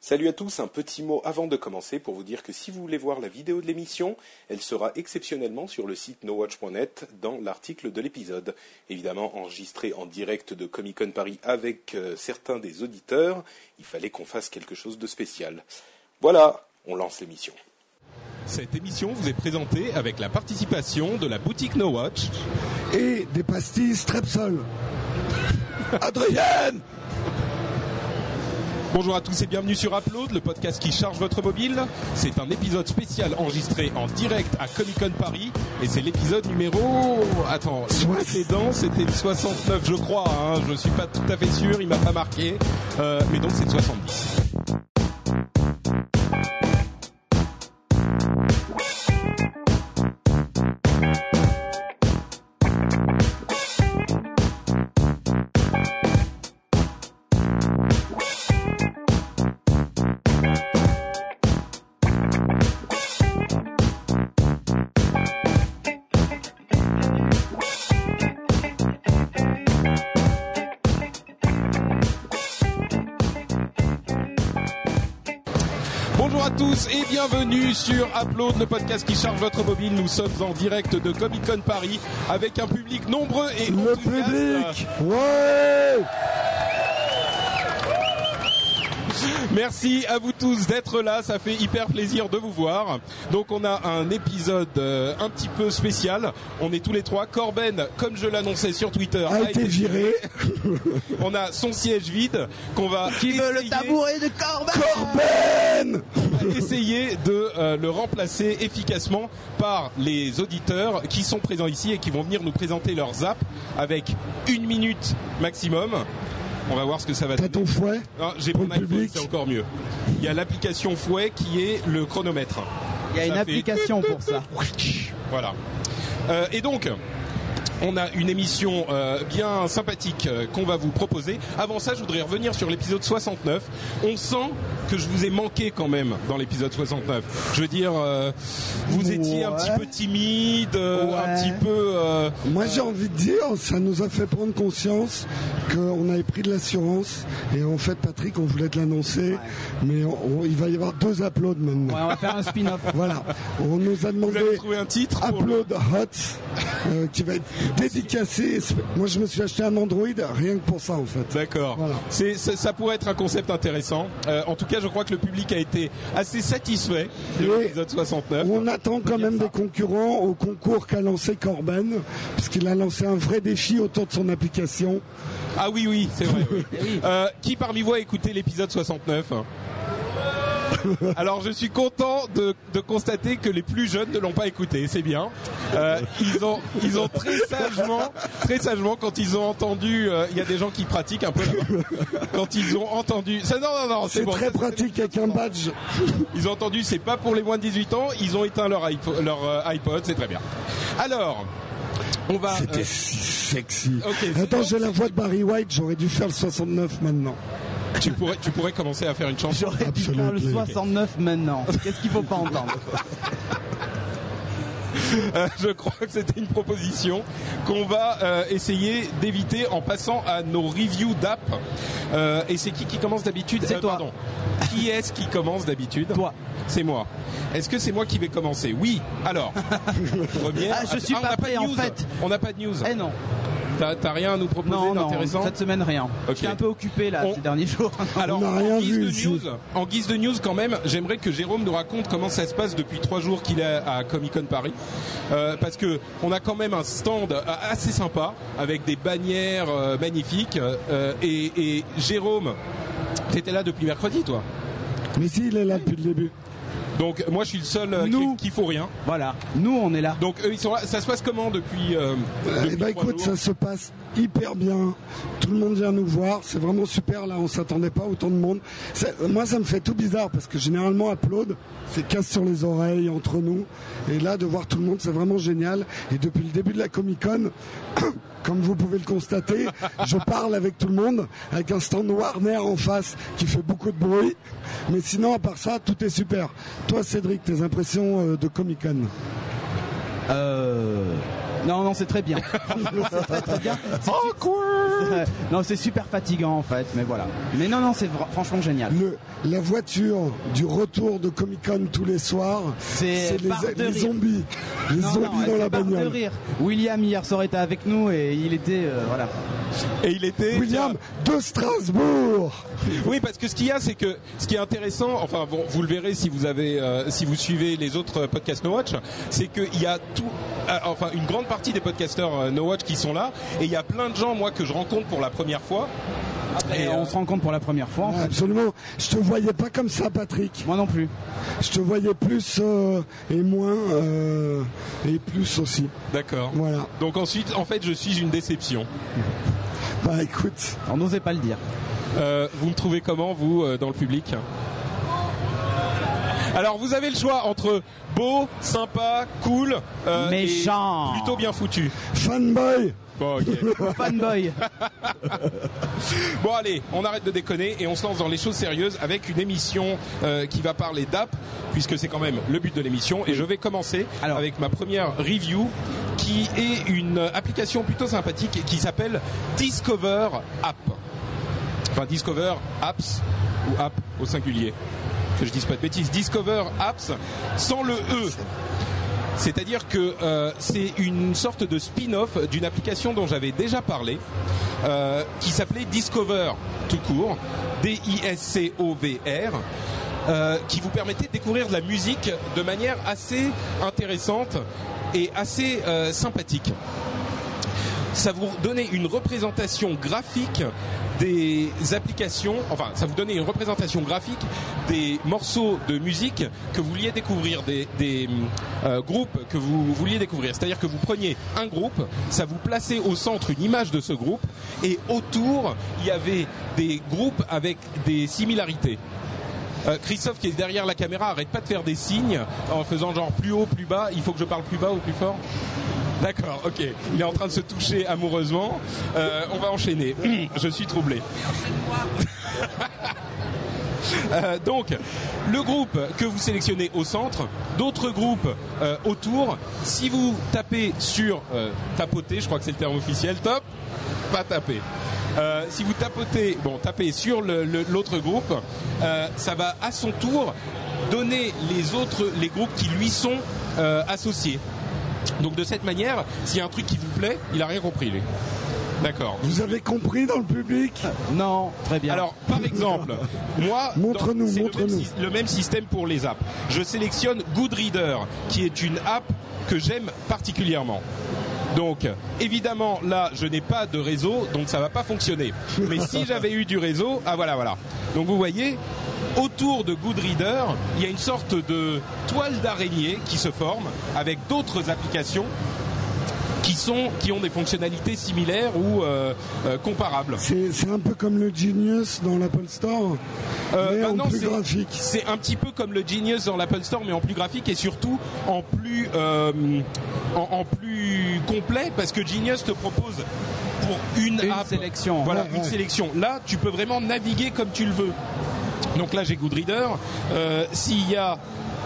Salut à tous, un petit mot avant de commencer pour vous dire que si vous voulez voir la vidéo de l'émission, elle sera exceptionnellement sur le site nowatch.net dans l'article de l'épisode. Évidemment, enregistré en direct de Comic Con Paris avec euh, certains des auditeurs, il fallait qu'on fasse quelque chose de spécial. Voilà, on lance l'émission. Cette émission vous est présentée avec la participation de la boutique No Watch. et des pastilles Strepsol. Adrienne Bonjour à tous et bienvenue sur Upload, le podcast qui charge votre mobile. C'est un épisode spécial enregistré en direct à Comic Con Paris et c'est l'épisode numéro... Attends, le précédent c'était le 69 je crois, hein. je suis pas tout à fait sûr, il m'a pas marqué, Euh, mais donc c'est le 70. Bonjour à tous et bienvenue sur Upload, le podcast qui charge votre mobile. Nous sommes en direct de Comic Con Paris avec un public nombreux et Le enthousiaste. public Ouais Merci à vous tous d'être là, ça fait hyper plaisir de vous voir. Donc on a un épisode euh, un petit peu spécial. On est tous les trois. Corben, comme je l'annonçais sur Twitter, A été viré. On a son siège vide qu'on va essayer- de Corben Corben essayer de euh, le remplacer efficacement par les auditeurs qui sont présents ici et qui vont venir nous présenter leurs apps avec une minute maximum. On va voir ce que ça va T'as donner. ton fouet Ah, J'ai Pour mon le iPhone, public. c'est encore mieux. Il y a l'application Fouet qui est le chronomètre. Il y a Ça une fait- application pour ça. Voilà. Euh, et donc. On a une émission euh, bien sympathique euh, qu'on va vous proposer. Avant ça, je voudrais revenir sur l'épisode 69. On sent que je vous ai manqué quand même dans l'épisode 69. Je veux dire, euh, vous étiez un petit Ouais. peu timide, euh, un Ouais. petit peu... euh, Moi j'ai envie de dire, ça nous a fait prendre conscience qu'on avait pris de l'assurance et en fait Patrick on voulait te l'annoncer mais on- on- il va y avoir deux uploads maintenant. Ouais, on va faire un spin-off. Voilà, on nous a vous demandé avez trouvé un titre pour le- Upload Hot euh, qui va être dédicacé. Moi je me suis acheté un Android rien que pour ça en fait. D'accord. Voilà. C'est ça, ça pourrait être un concept intéressant. Euh, en tout cas, je crois que le public a été assez satisfait de Oui. l'épisode 69. On attend quand même des concurrents au concours qu'a lancé Corben, parce qu'il a lancé un vrai défi autour de son application. Ah oui, oui, c'est vrai. oui. Eh Euh, qui parmi vous a écouté l'épisode 69 alors je suis content de, de constater que les plus jeunes ne l'ont pas écouté, c'est bien. Euh, ils ont ils ont très sagement très sagement quand ils ont entendu euh, il y a des gens qui pratiquent un peu là-bas. quand ils ont entendu ça non non non c'est C'est bon, très ça, c'est pratique avec un badge. Ils ont entendu, c'est pas pour les moins de 18 ans, ils ont éteint leur iPod, leur euh, iPod, c'est très bien. Alors, on va... C'était euh, si sexy. Ok, c'est- Attends, j'ai la voix de Barry White, j'aurais dû faire le 69 maintenant. tu, pourrais, tu pourrais commencer à faire une chanson. J'aurais dû faire le Absolument. 69 maintenant. Qu'est-ce qu'il faut pas entendre Euh, je crois que c'était une proposition qu'on va euh, essayer d'éviter en passant à nos reviews d'app. Euh, et c'est qui qui commence d'habitude Euh, C'est toi. pardon. Qui est-ce qui commence d'habitude Toi. C'est moi. Est-ce que c'est moi qui vais commencer Oui. Alors, première... Ah, je suis on n'a pas de prêt, en news. fait. On n'a pas de news. Eh non, T'as t'as rien à nous proposer non, non, d'intéressant cette semaine rien. Ok. J'étais un peu occupé là On- ces derniers jours. Alors, On n'a en rien guise, vu de ici. news, en guise de news, quand même, j'aimerais que Jérôme nous raconte comment ça se passe depuis trois jours qu'il est à Comic Con Paris, Euh, parce que on a quand même un stand euh, assez sympa avec des bannières euh, magnifiques. euh, et, et Jérôme, t'étais là depuis mercredi, toi. Mais si, il est là depuis le début. Donc moi, je suis le seul euh, Nous. qui, qui faut rien. Voilà, nous on est là. Donc eux, ils sont là. Ça se passe comment depuis euh, Eh depuis ben trois écoute, jours ça se passe hyper bien. Tout le monde vient nous voir, c'est vraiment super. Là, on s'attendait pas à autant de monde. Ça- moi, ça me fait tout bizarre parce que généralement, Upload, c'est casse sur les oreilles entre nous. Et là, de voir tout le monde, c'est vraiment génial. Et depuis le début de la Comic Con, comme vous pouvez le constater, je parle avec tout le monde avec un stand Warner en face qui fait beaucoup de bruit. Mais sinon, à part ça, tout est super. Toi, Cédric, tes impressions euh, de Comic Con Euh... Non, non, c'est très bien. c'est très très bien. Awkward Non, c'est super fatigant en fait, mais voilà. Mais non, non, c'est vra- franchement génial. Le, la voiture du retour de Comic Con tous les soirs, C'est c'est les, barre de les rire. zombies. Les Non, zombies non, dans c'est la barre de bagnole. rire. William hier soir était avec nous et il était euh, voilà. Et il était. William de Strasbourg Oui, parce que ce qu'il y a, c'est que ce qui est intéressant, enfin, bon, vous le verrez si vous avez, euh, si vous suivez les autres euh, podcasts No Watch, c'est qu'il y a tout, euh, enfin, une grande partie des podcasteurs euh, No Watch qui sont là, et il y a plein de gens, moi, que je rencontre pour la première fois. Et Et, euh, on se rencontre pour la première fois. en fait. Absolument. Je te voyais pas comme ça, Patrick. Moi non plus. Je te voyais plus euh, et moins euh, et plus aussi. D'accord. Voilà. Donc ensuite, en fait, je suis une déception. Bah écoute, On n'osait pas le dire. Euh, vous me trouvez comment, vous, euh, dans le public alors vous avez le choix entre beau, sympa, cool, euh, et Méchant. plutôt bien foutu. fanboy, Bon, ok. Fanboy. Bon allez, on arrête de déconner et on se lance dans les choses sérieuses avec une émission euh, qui va parler d'app puisque c'est quand même le but de l'émission et je vais commencer Alors. avec ma première review qui est une application plutôt sympathique qui s'appelle Discover App. Enfin Discover Apps ou App au singulier. Que je dise pas de bêtises. Discover Apps sans le E. C'est-à-dire que euh, c'est une sorte de spin-off d'une application dont j'avais déjà parlé, euh, qui s'appelait Discover, tout court, D-I-S-C-O-V-R, euh, qui vous permettait de découvrir de la musique de manière assez intéressante et assez euh, sympathique ça vous donnait une représentation graphique des applications, enfin ça vous donnait une représentation graphique des morceaux de musique que vous vouliez découvrir, des, des, euh, groupes que vous vouliez découvrir. C'est-à-dire que vous preniez un groupe, ça vous plaçait au centre une image de ce groupe, et autour il y avait des groupes avec des similarités. Euh, Christophe qui est derrière la caméra, arrête pas de faire des signes en faisant genre plus haut, plus bas, il faut que je parle plus bas ou plus fort. D'accord, ok. Il est en train de se toucher amoureusement. Euh, on va enchaîner. Je suis troublé. Euh, donc, le groupe que vous sélectionnez au centre, d'autres groupes euh, autour. Si vous tapez sur euh, tapoter, je crois que c'est le terme officiel, top, pas taper. Euh, si vous tapotez, bon, tapez sur le- le- l'autre groupe, euh, ça va à son tour donner les autres, les groupes qui lui sont euh, associés. Donc de cette manière, s'il y a un truc qui vous plaît, il a rien compris lui. D'accord. vous avez compris dans le public Non, très bien. Alors, par exemple, moi, Montre-nous, dans- c'est le montre-nous. même sy- Le, même système pour les apps. Je sélectionne Goodreader, qui est une app que j'aime particulièrement. Donc, évidemment, là, je n'ai pas de réseau, donc ça va pas fonctionner. Mais si j'avais eu du réseau, ah voilà, voilà. Donc, vous voyez, autour de Goodreader, il y a une sorte de toile d'araignée qui se forme avec d'autres applications qui sont qui ont des fonctionnalités similaires ou euh, euh, comparables. C'est c'est un peu comme le Genius dans l'Apple Store, Euh, mais bah en non, plus c'est- graphique. C'est un petit peu comme le Genius dans l'Apple Store, mais en plus graphique et surtout en plus euh, en, en plus complet, parce que Genius te propose pour une, Une app, sélection. Voilà, Ouais, une ouais. sélection. Là, tu peux vraiment naviguer comme tu le veux. Donc là, j'ai Goodreader. Euh, S'il y a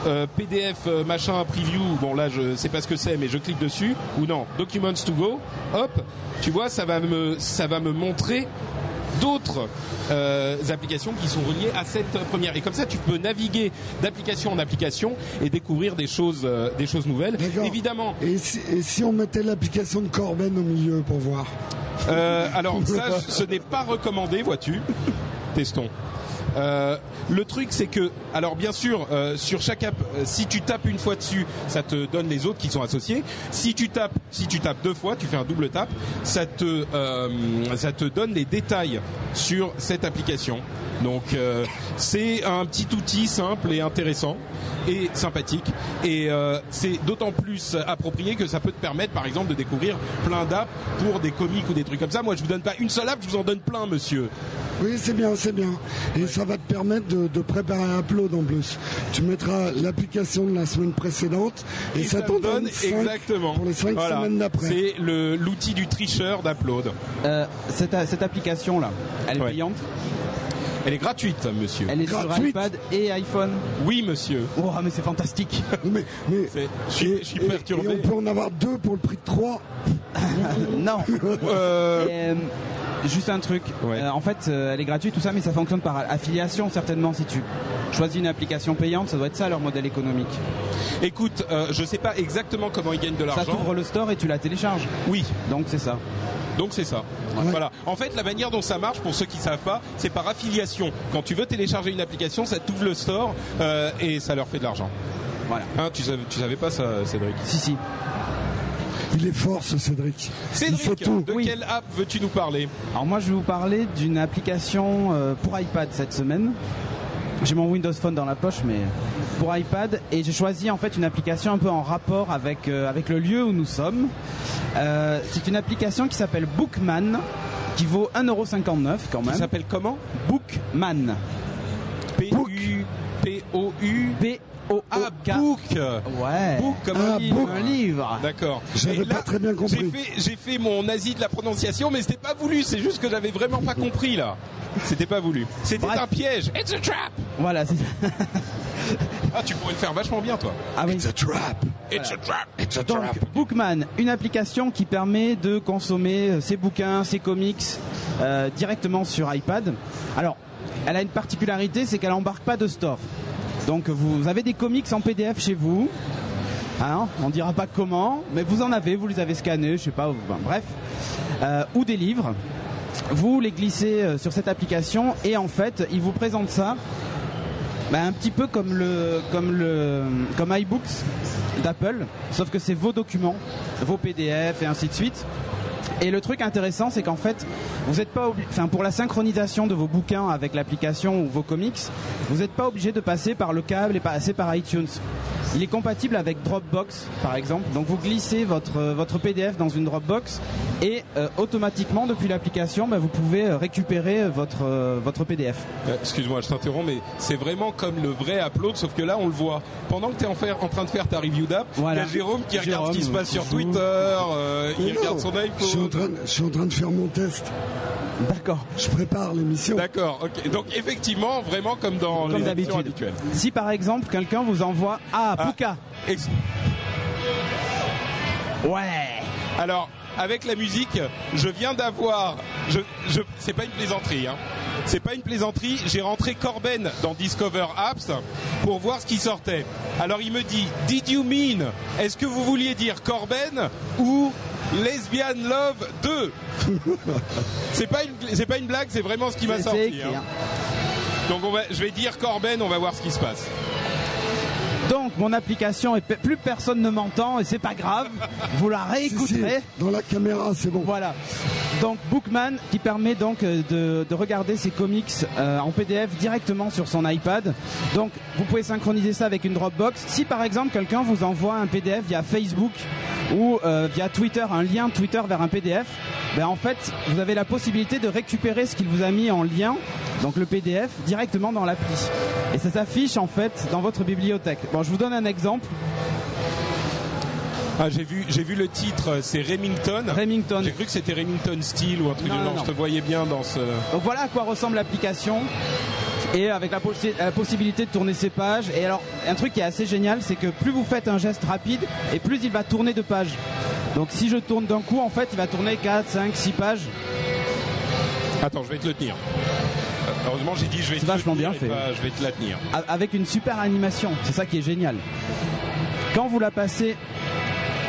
euh, PDF euh, machin preview, bon là, je sais pas ce que c'est, mais je clique dessus ou non. Documents to go. Hop, tu vois, ça va me ça va me montrer d'autres euh, applications qui sont reliées à cette première et comme ça tu peux naviguer d'application en application et découvrir des choses euh, des choses nouvelles D'accord. évidemment Et si, et si on mettait l'application de Corben au milieu pour voir Euh, alors ça, je- ce n'est pas recommandé, vois-tu. Testons. Euh, le truc c'est que alors bien sûr euh, sur chaque app euh, si tu tapes une fois dessus ça te donne les autres qui sont associés si tu tapes si tu tapes deux fois tu fais un double tap ça te euh, ça te donne les détails sur cette application donc euh, c'est un petit outil simple et intéressant et sympathique et euh, c'est d'autant plus approprié que ça peut te permettre par exemple de découvrir plein d'apps pour des comiques ou des trucs comme ça moi je vous donne pas une seule app je vous en donne plein monsieur Oui, c'est bien, c'est bien. Et ça va te permettre de, de préparer un upload en plus. Tu mettras l'application de la semaine précédente et, Et ça t'en me donne cinq exactement pour les cinq Voilà. semaines d'après. C'est le l'outil du tricheur d'Upload. Euh, cette, cette application là, elle est Ouais. payante. Elle est gratuite, monsieur. Elle est sur iPad et iPhone. Oui, monsieur. Oh, mais c'est fantastique. mais, C'est- je suis- je suis perturbé. on peut en avoir deux pour le prix de trois. non. Euh, Euh, juste un truc. Ouais. Euh, en fait, euh, elle est gratuite, tout ça, mais ça fonctionne par affiliation, certainement. Si tu choisis une application payante, ça doit être ça leur modèle économique. écoute, euh, je sais pas exactement comment ils gagnent de Ça l'argent. t'ouvre le store et tu la télécharges. Oui, Donc c'est ça. donc c'est ça. Voilà. En fait, la manière dont ça marche, pour ceux qui savent pas, c'est par affiliation. Quand tu veux télécharger une application, ça t'ouvre le store euh, et ça leur fait de l'argent. Voilà. Hein, tu, savais, tu savais pas ça, Cédric Si, si. Il est fort, ce Cédric. Il sait Cédric, tout. de Oui. quelle app veux-tu nous parler Alors moi, je vais vous parler d'une application euh, pour iPad cette semaine. J'ai mon Windows Phone dans la poche, mais pour iPad, et j'ai choisi en fait une application un peu en rapport avec euh, avec le lieu où nous sommes. Euh, c'est une application qui s'appelle Bookman, qui vaut 1,59€ quand Ça même. s'appelle comment Bookman. P-U. P-O-U. B O Ah, K. Book Ouais. Book comme un Ah, livre. Book. Un livre. D'accord. J'avais Et là, pas très bien compris. J'ai fait, j'ai fait mon Asie de la prononciation, mais c'était pas voulu. C'est juste que j'avais vraiment pas compris là. C'était pas voulu. C'était Bref. un piège. It's a trap. Voilà. c'est- Ah, tu pourrais le faire vachement bien, toi. Ah oui. It's a trap. It's a trap. It's a Donc, trap. Bookman, une application qui permet de consommer euh, ses bouquins, ses comics euh, directement sur iPad. Alors, elle a une particularité, c'est qu'elle embarque pas de store. Donc, vous avez des comics en PDF chez vous. Hein, on dira pas comment, mais vous en avez, vous les avez scannés, je sais pas, ou- ben, bref, Euh, ou des livres. Vous les glissez euh, sur cette application et en fait, il vous présente ça bah, un petit peu comme le comme le comme iBooks d'Apple, sauf que c'est vos documents, vos PDF et ainsi de suite. Et le truc intéressant, c'est qu'en fait, vous n'êtes pas obli- enfin pour la synchronisation de vos bouquins avec l'application ou vos comics, vous n'êtes pas obligé de passer par le câble et passer par iTunes. Il est compatible avec Dropbox, par exemple. Donc vous glissez votre euh, votre PDF dans une Dropbox et euh, automatiquement depuis l'application, bah, vous pouvez euh, récupérer votre euh, votre PDF. Euh, Excuse-moi, je t'interromps, mais c'est vraiment comme le vrai upload, sauf que là, on le voit. Pendant que tu es en, faire- en train de faire ta review d'app, Voilà. il y a Jérôme qui regarde Jérôme, ce qui se passe sur bonjour. Twitter, euh, Mais il non, regarde son Je suis, en iPhone. train, de- je suis en train de faire mon test. D'accord. Je prépare l'émission. D'accord, ok. Donc effectivement, vraiment comme dans Comme les d'habitude. émissions habituelles. Si par exemple quelqu'un vous envoie Ah, Ah. Pouka Ex- Ouais Alors, avec la musique, je viens d'avoir. Je, je, c'est pas une plaisanterie, hein. C'est pas une plaisanterie. J'ai rentré Corben dans Discover Apps pour voir ce qui sortait. Alors il me dit Did you mean Est-ce que vous vouliez dire Corben ou Lesbian Love 2 C'est pas une, c'est pas une blague, c'est vraiment ce qui m'a C'est- sorti. c'est écrit, hein. Donc on va, je vais dire Corben, on va voir ce qui se passe. Donc mon application et pe- plus personne ne m'entend et c'est pas grave, vous la Si, si, réécouterez. dans la caméra, c'est bon. Voilà. Donc Bookman qui permet donc euh, de, de regarder ses comics euh, en PDF directement sur son iPad. Donc vous pouvez synchroniser ça avec une Dropbox. Si par exemple quelqu'un vous envoie un PDF via Facebook ou euh, via Twitter, un lien Twitter vers un PDF, ben en fait vous avez la possibilité de récupérer ce qu'il vous a mis en lien, donc le PDF, directement dans l'appli. Et ça s'affiche en fait dans votre bibliothèque. Bon, je vous donne un exemple. Ah, j'ai vu, j'ai vu le titre, c'est Remington. Remington. J'ai cru que c'était Remington Steel ou un truc Non, du non, genre. non. Je te voyais bien dans ce. Euh, Donc voilà à quoi ressemble l'application. Et avec la, possi- la possibilité de tourner ses pages. Et alors, un truc qui est assez génial, c'est que plus vous faites un geste rapide, et plus il va tourner de pages. Donc si je tourne d'un coup, en fait, il va tourner 4, 5, 6 pages. Attends, je vais te le tenir. Euh, Heureusement, j'ai dit je vais te C'est vachement le tenir bien et fait. pas, je vais te la tenir. a- avec une super animation. C'est ça qui est génial. Quand vous la passez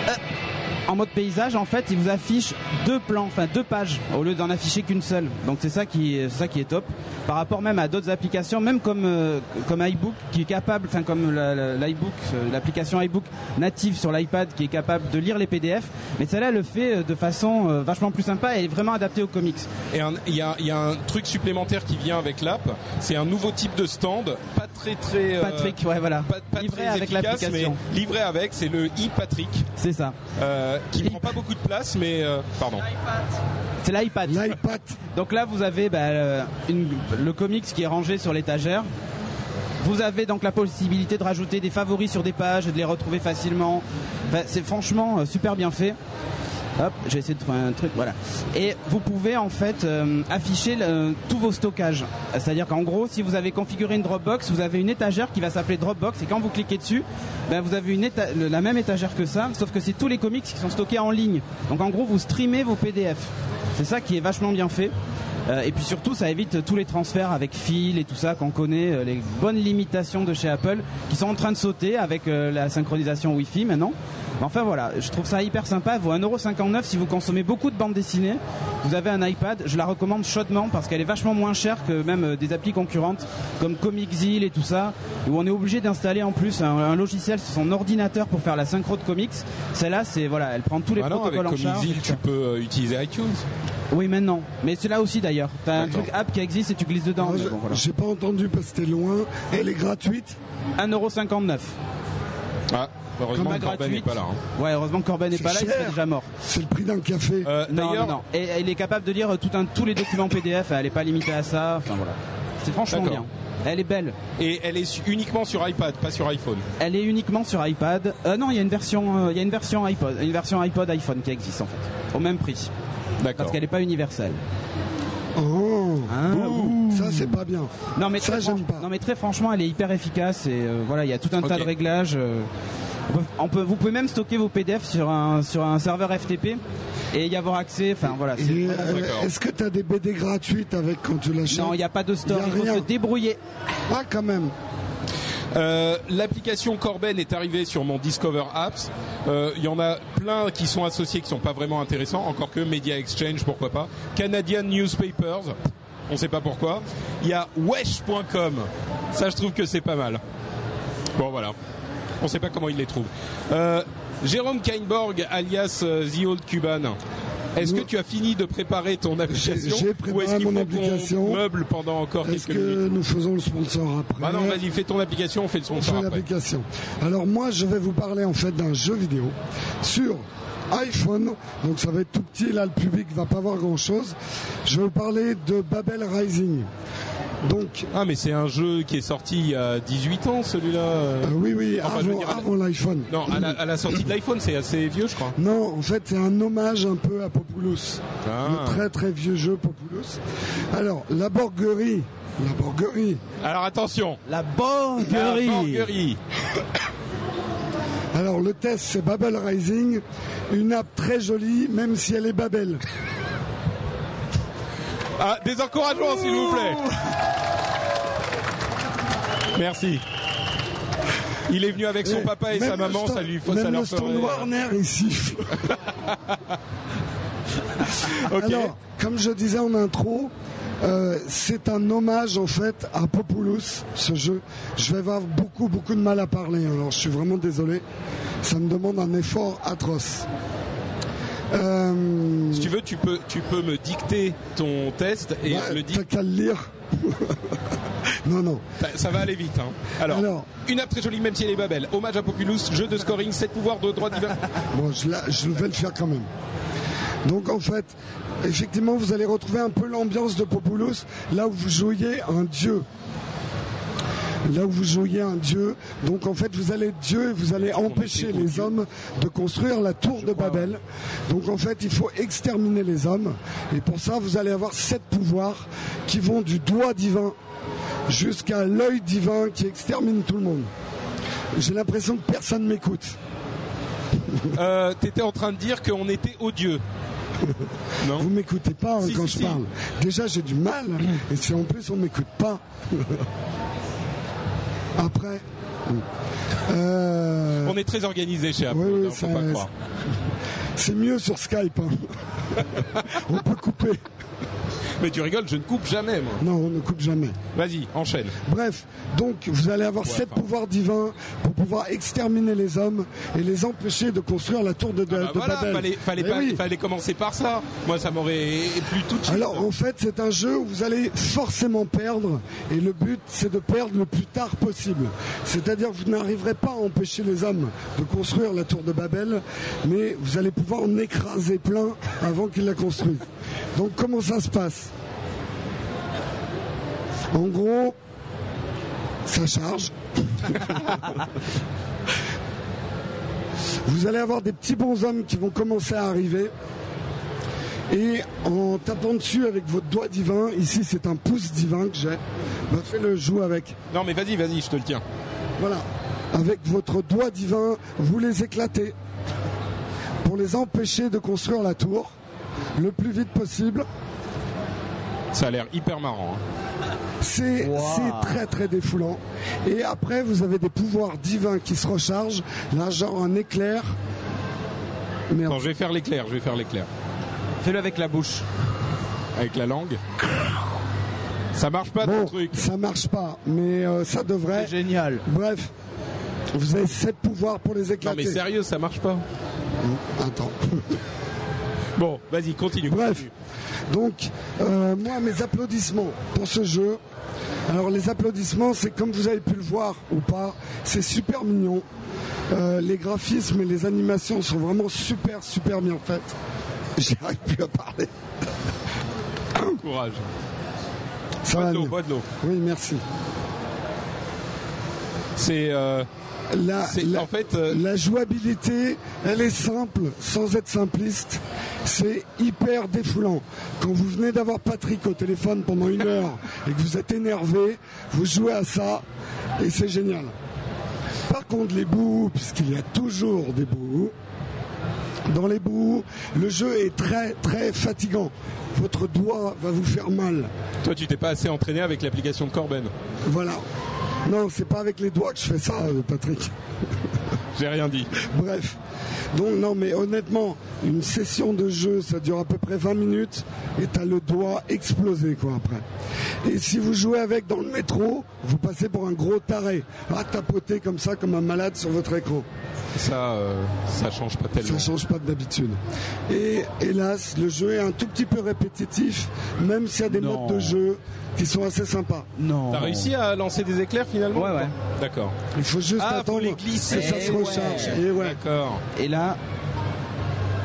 euh, en mode paysage, en fait, il vous affiche deux plans, enfin deux pages, au lieu d'en afficher qu'une seule. Donc c'est ça qui, est- c'est ça qui est top. Par rapport même à d'autres applications, même comme euh, comme iBook qui est capable, enfin comme la- la- l'iBook, euh, l'application iBook native sur l'iPad qui est capable de lire les PDF, mais celle-là elle le fait euh, de façon euh, vachement plus sympa et est vraiment adaptée aux comics. Et un- il y a, il y a un truc supplémentaire qui vient avec l'app. C'est un nouveau type de stand, pas très très. euh, Patrick, ouais voilà, Pas, pas livré très avec efficace, mais l'application, livré avec, c'est le e-Patrick, c'est ça. euh, qui prend pas beaucoup de place, mais euh, pardon. C'est l'iPad. L'iPad, Donc là, vous avez bah, euh, une- le comics qui est rangé sur l'étagère. Vous avez donc la possibilité de rajouter des favoris sur des pages et de les retrouver facilement. Enfin, c'est franchement euh, super bien fait. Hop, j'ai essayé de trouver un truc, voilà. Et vous pouvez en fait euh, afficher le- tous vos stockages. C'est-à-dire qu'en gros, si vous avez configuré une Dropbox, vous avez une étagère qui va s'appeler Dropbox et quand vous cliquez dessus, ben, vous avez une éta- le- la même étagère que ça, sauf que c'est tous les comics qui sont stockés en ligne. Donc en gros, vous streamez vos PDF. C'est ça qui est vachement bien fait. Euh, et puis surtout, ça évite tous les transferts avec fil et tout ça qu'on connaît, euh, les bonnes limitations de chez Apple qui sont en train de sauter avec euh, la synchronisation Wi-Fi maintenant. Mais Enfin voilà, je trouve ça hyper sympa. Elle vaut 1,59€ si vous consommez beaucoup de bandes dessinées. Vous avez un iPad, je la recommande chaudement parce qu'elle est vachement moins chère que même euh, des applis concurrentes comme Comixil et tout ça, où on est obligé d'installer en plus un, un logiciel sur son ordinateur pour faire la synchro de comics. Celle-là, c'est voilà, elle prend tous les Ah non, avec protocoles en charge. Comixil, tu peux euh, utiliser iTunes. Oui, maintenant. Mais c'est là aussi d'ailleurs. T'as un D'accord. truc app qui existe et tu glisses dedans. Moi, mais je- bon, voilà. J'ai pas entendu parce que c'était loin. Elle est gratuite. 1,59€. Ah, heureusement Combat que Corben gratuit. n'est pas là. hein. Ouais, heureusement que Corben n'est C'est pas là, il cher. serait déjà mort. C'est le prix d'un café. Euh, Non, non, D'ailleurs, non. Et elle est capable de lire tout un, tous les documents PDF, elle n'est pas limitée à ça. Enfin voilà. C'est franchement D'accord. bien. Elle est belle. et elle est su- uniquement sur iPad, pas sur iPhone. Elle est uniquement sur iPad. Euh, non, il y a une version, euh, il y a une version iPod, une version iPod iPhone qui existe en fait, au même prix, parce D'accord. qu'elle n'est pas universelle. Oh, Hein, ça c'est pas bien. Non mais, Ça, très j'aime franch- pas. non mais très franchement, elle est hyper efficace et euh, voilà, il y a tout un tas Ok. de réglages. euh, on peut, on peut- vous pouvez même stocker vos PDF sur un sur un serveur FTP et y avoir accès. Enfin voilà. c'est- Et, D'accord. euh, Est-ce que t'as des BD gratuites avec quand tu l'achètes Non, il n'y a pas de store. y a Il faut rien. se débrouiller. Ah, quand même. Euh, L'application Corben est arrivée sur mon Discover Apps. Euh, Il y en a plein qui sont associés, qui sont pas vraiment intéressants, encore que Media Exchange, pourquoi pas. Canadian Newspapers, on sait pas pourquoi. Il y a wesh.com, ça je trouve que c'est pas mal. Bon voilà, on sait pas comment il les trouve. Euh, Jérôme Kainborg, alias euh, The Old Cuban. Est-ce que tu as fini de préparer ton application j'ai ou préparé est-ce qu'il mon faut application. qu'on meuble pendant encore Est-ce quelques que minutes nous faisons le sponsor après Bah non, vas-y, fais ton application, on fait le son sur après. l'application. Alors moi, je vais vous parler en fait d'un jeu vidéo sur iPhone. Donc ça va être tout petit, là le public va pas voir grand-chose. Je vais vous parler de Babel Rising. Donc Ah mais c'est un jeu qui est sorti il y a 18 ans celui-là euh. euh, oui, oui, Enfin, je veux avant, dire, à la- avant l'iPhone. Non, à la, à la sortie de l'iPhone c'est assez vieux je crois. Non, en fait, c'est un hommage un peu à Populous. Ah. Le très très vieux jeu Populous. Alors, la borguerie. La borguerie. Alors attention La La borguerie. Borguerie. Alors, le test, c'est Babel Rising. Une app très jolie, même si elle est Babel. Ah, des encouragements s'il vous plaît Merci. Il est venu avec son papa et Eh, Même sa le maman, Stone- ça lui faut même ça le leur Stone ferait- Warner, il siffle. Ok. Alors, comme je disais en intro, euh, c'est un hommage en fait à Populous, ce jeu. Je vais avoir beaucoup beaucoup de mal à parler, alors je suis vraiment désolé. Ça me demande un effort atroce. Euh, Si tu veux, tu peux, tu peux me dicter ton test et bah, je le dis. T'as qu'à le lire. non, non. Ça, ça va aller vite. Hein. Alors, Alors. une app très jolie, même si elle est babel. Hommage à Populous, jeu de scoring, 7 pouvoirs de droit divin. Bon, je, la- je vais le faire quand même. Donc en fait, effectivement, vous allez retrouver un peu l'ambiance de Populous, là où vous jouiez un dieu. Là où vous jouiez un dieu. Donc en fait, vous allez être dieu et vous allez empêcher les hommes de construire la tour de Babel. Donc en fait, il faut exterminer les hommes. Et pour ça, vous allez avoir sept pouvoirs qui vont du doigt divin jusqu'à l'œil divin qui extermine tout le monde. J'ai l'impression que personne m'écoute. Euh, T'étais en train de dire qu'on était odieux. Vous m'écoutez pas hein, Si, quand si, je si. parle. Déjà, j'ai du mal. hein. Et si en plus on m'écoute pas. Après. Euh, On est très organisé chez Apple, Oui, oui, hein, faut ça- pas croire. c'est mieux sur Skype. hein. on peut couper. Mais tu rigoles, je ne coupe jamais, moi. Non, on ne coupe jamais. Vas-y, enchaîne. Bref, donc vous allez avoir sept enfin. pouvoirs divins pour pouvoir exterminer les hommes et les empêcher de construire la tour de, de, Bah de voilà, Babel. fallait, fallait, Eh pas- oui. fallait commencer par ça. Moi, ça m'aurait plu tout de suite. Alors en fait c'est un jeu où vous allez forcément perdre et le but c'est de perdre le plus tard possible. C'est-à-dire que vous n'arriverez pas à empêcher les hommes de construire la tour de Babel mais vous allez pouvoir en écraser plein avant qu'ils la construisent. Donc comment ça se passe En gros ça charge. Vous allez avoir des petits bonshommes qui vont commencer à arriver. Et en tapant dessus avec votre doigt divin, ici c'est un pouce divin que j'ai, bah, fais-le joue avec. Non mais vas-y, vas-y, je te le tiens. Voilà. Avec votre doigt divin, vous les éclatez pour les empêcher de construire la tour le plus vite possible. Ça a l'air hyper marrant. hein. C'est Wow. c'est très très défoulant. Et après, vous avez des pouvoirs divins qui se rechargent. Là, genre un éclair. Merde. Attends, je vais faire l'éclair, je vais faire l'éclair. Fais-le avec la bouche. Avec la langue. Ça marche pas ton Bon, truc. ça marche pas, mais euh, ça devrait. C'est génial. Bref, vous avez sept pouvoirs pour les Non éclater. mais sérieux, ça marche pas. Mm. Attends. Bon, vas-y, continue. Bref, continue. donc euh, moi mes applaudissements pour ce jeu. Alors les applaudissements, c'est comme vous avez pu le voir ou pas, c'est super mignon. Euh, les graphismes et les animations sont vraiment super super bien faites. J'arrive plus à parler. Courage. Ça Bois va de l'eau, mieux. bois de l'eau. Oui, merci. C'est euh, La, C'est- la- en fait, euh, la jouabilité, elle est simple, sans être simpliste. C'est hyper défoulant. Quand vous venez d'avoir Patrick au téléphone pendant une heure et que vous êtes énervé, vous jouez à ça et c'est génial. Par contre, les bouts, puisqu'il y a toujours des bouts, dans les bouts, le jeu est très très fatigant. Votre doigt va vous faire mal. toi tu t'es pas assez entraîné avec l'application de Corben. Voilà. Non, c'est pas avec les doigts que je fais ça, euh, Patrick. J'ai rien dit. Bref. Donc non mais honnêtement, une session de jeu, ça dure à peu près 20 minutes et t'as le doigt explosé quoi après. Et si vous jouez avec dans le métro, vous passez pour un gros taré, à tapoter comme ça comme un malade sur votre écran. Ça euh, ça change pas tellement. Ça change pas de d'habitude. Et hélas, le jeu est un tout petit peu répétitif, même s'il y a des Non. modes de jeu qui sont assez sympas. Non. T'as réussi à lancer des éclairs finalement Ouais, ouais. D'accord. Il faut juste Ah, faut attendre les glisser. que ça se Eh ouais. recharge. Et ouais. D'accord. Et là,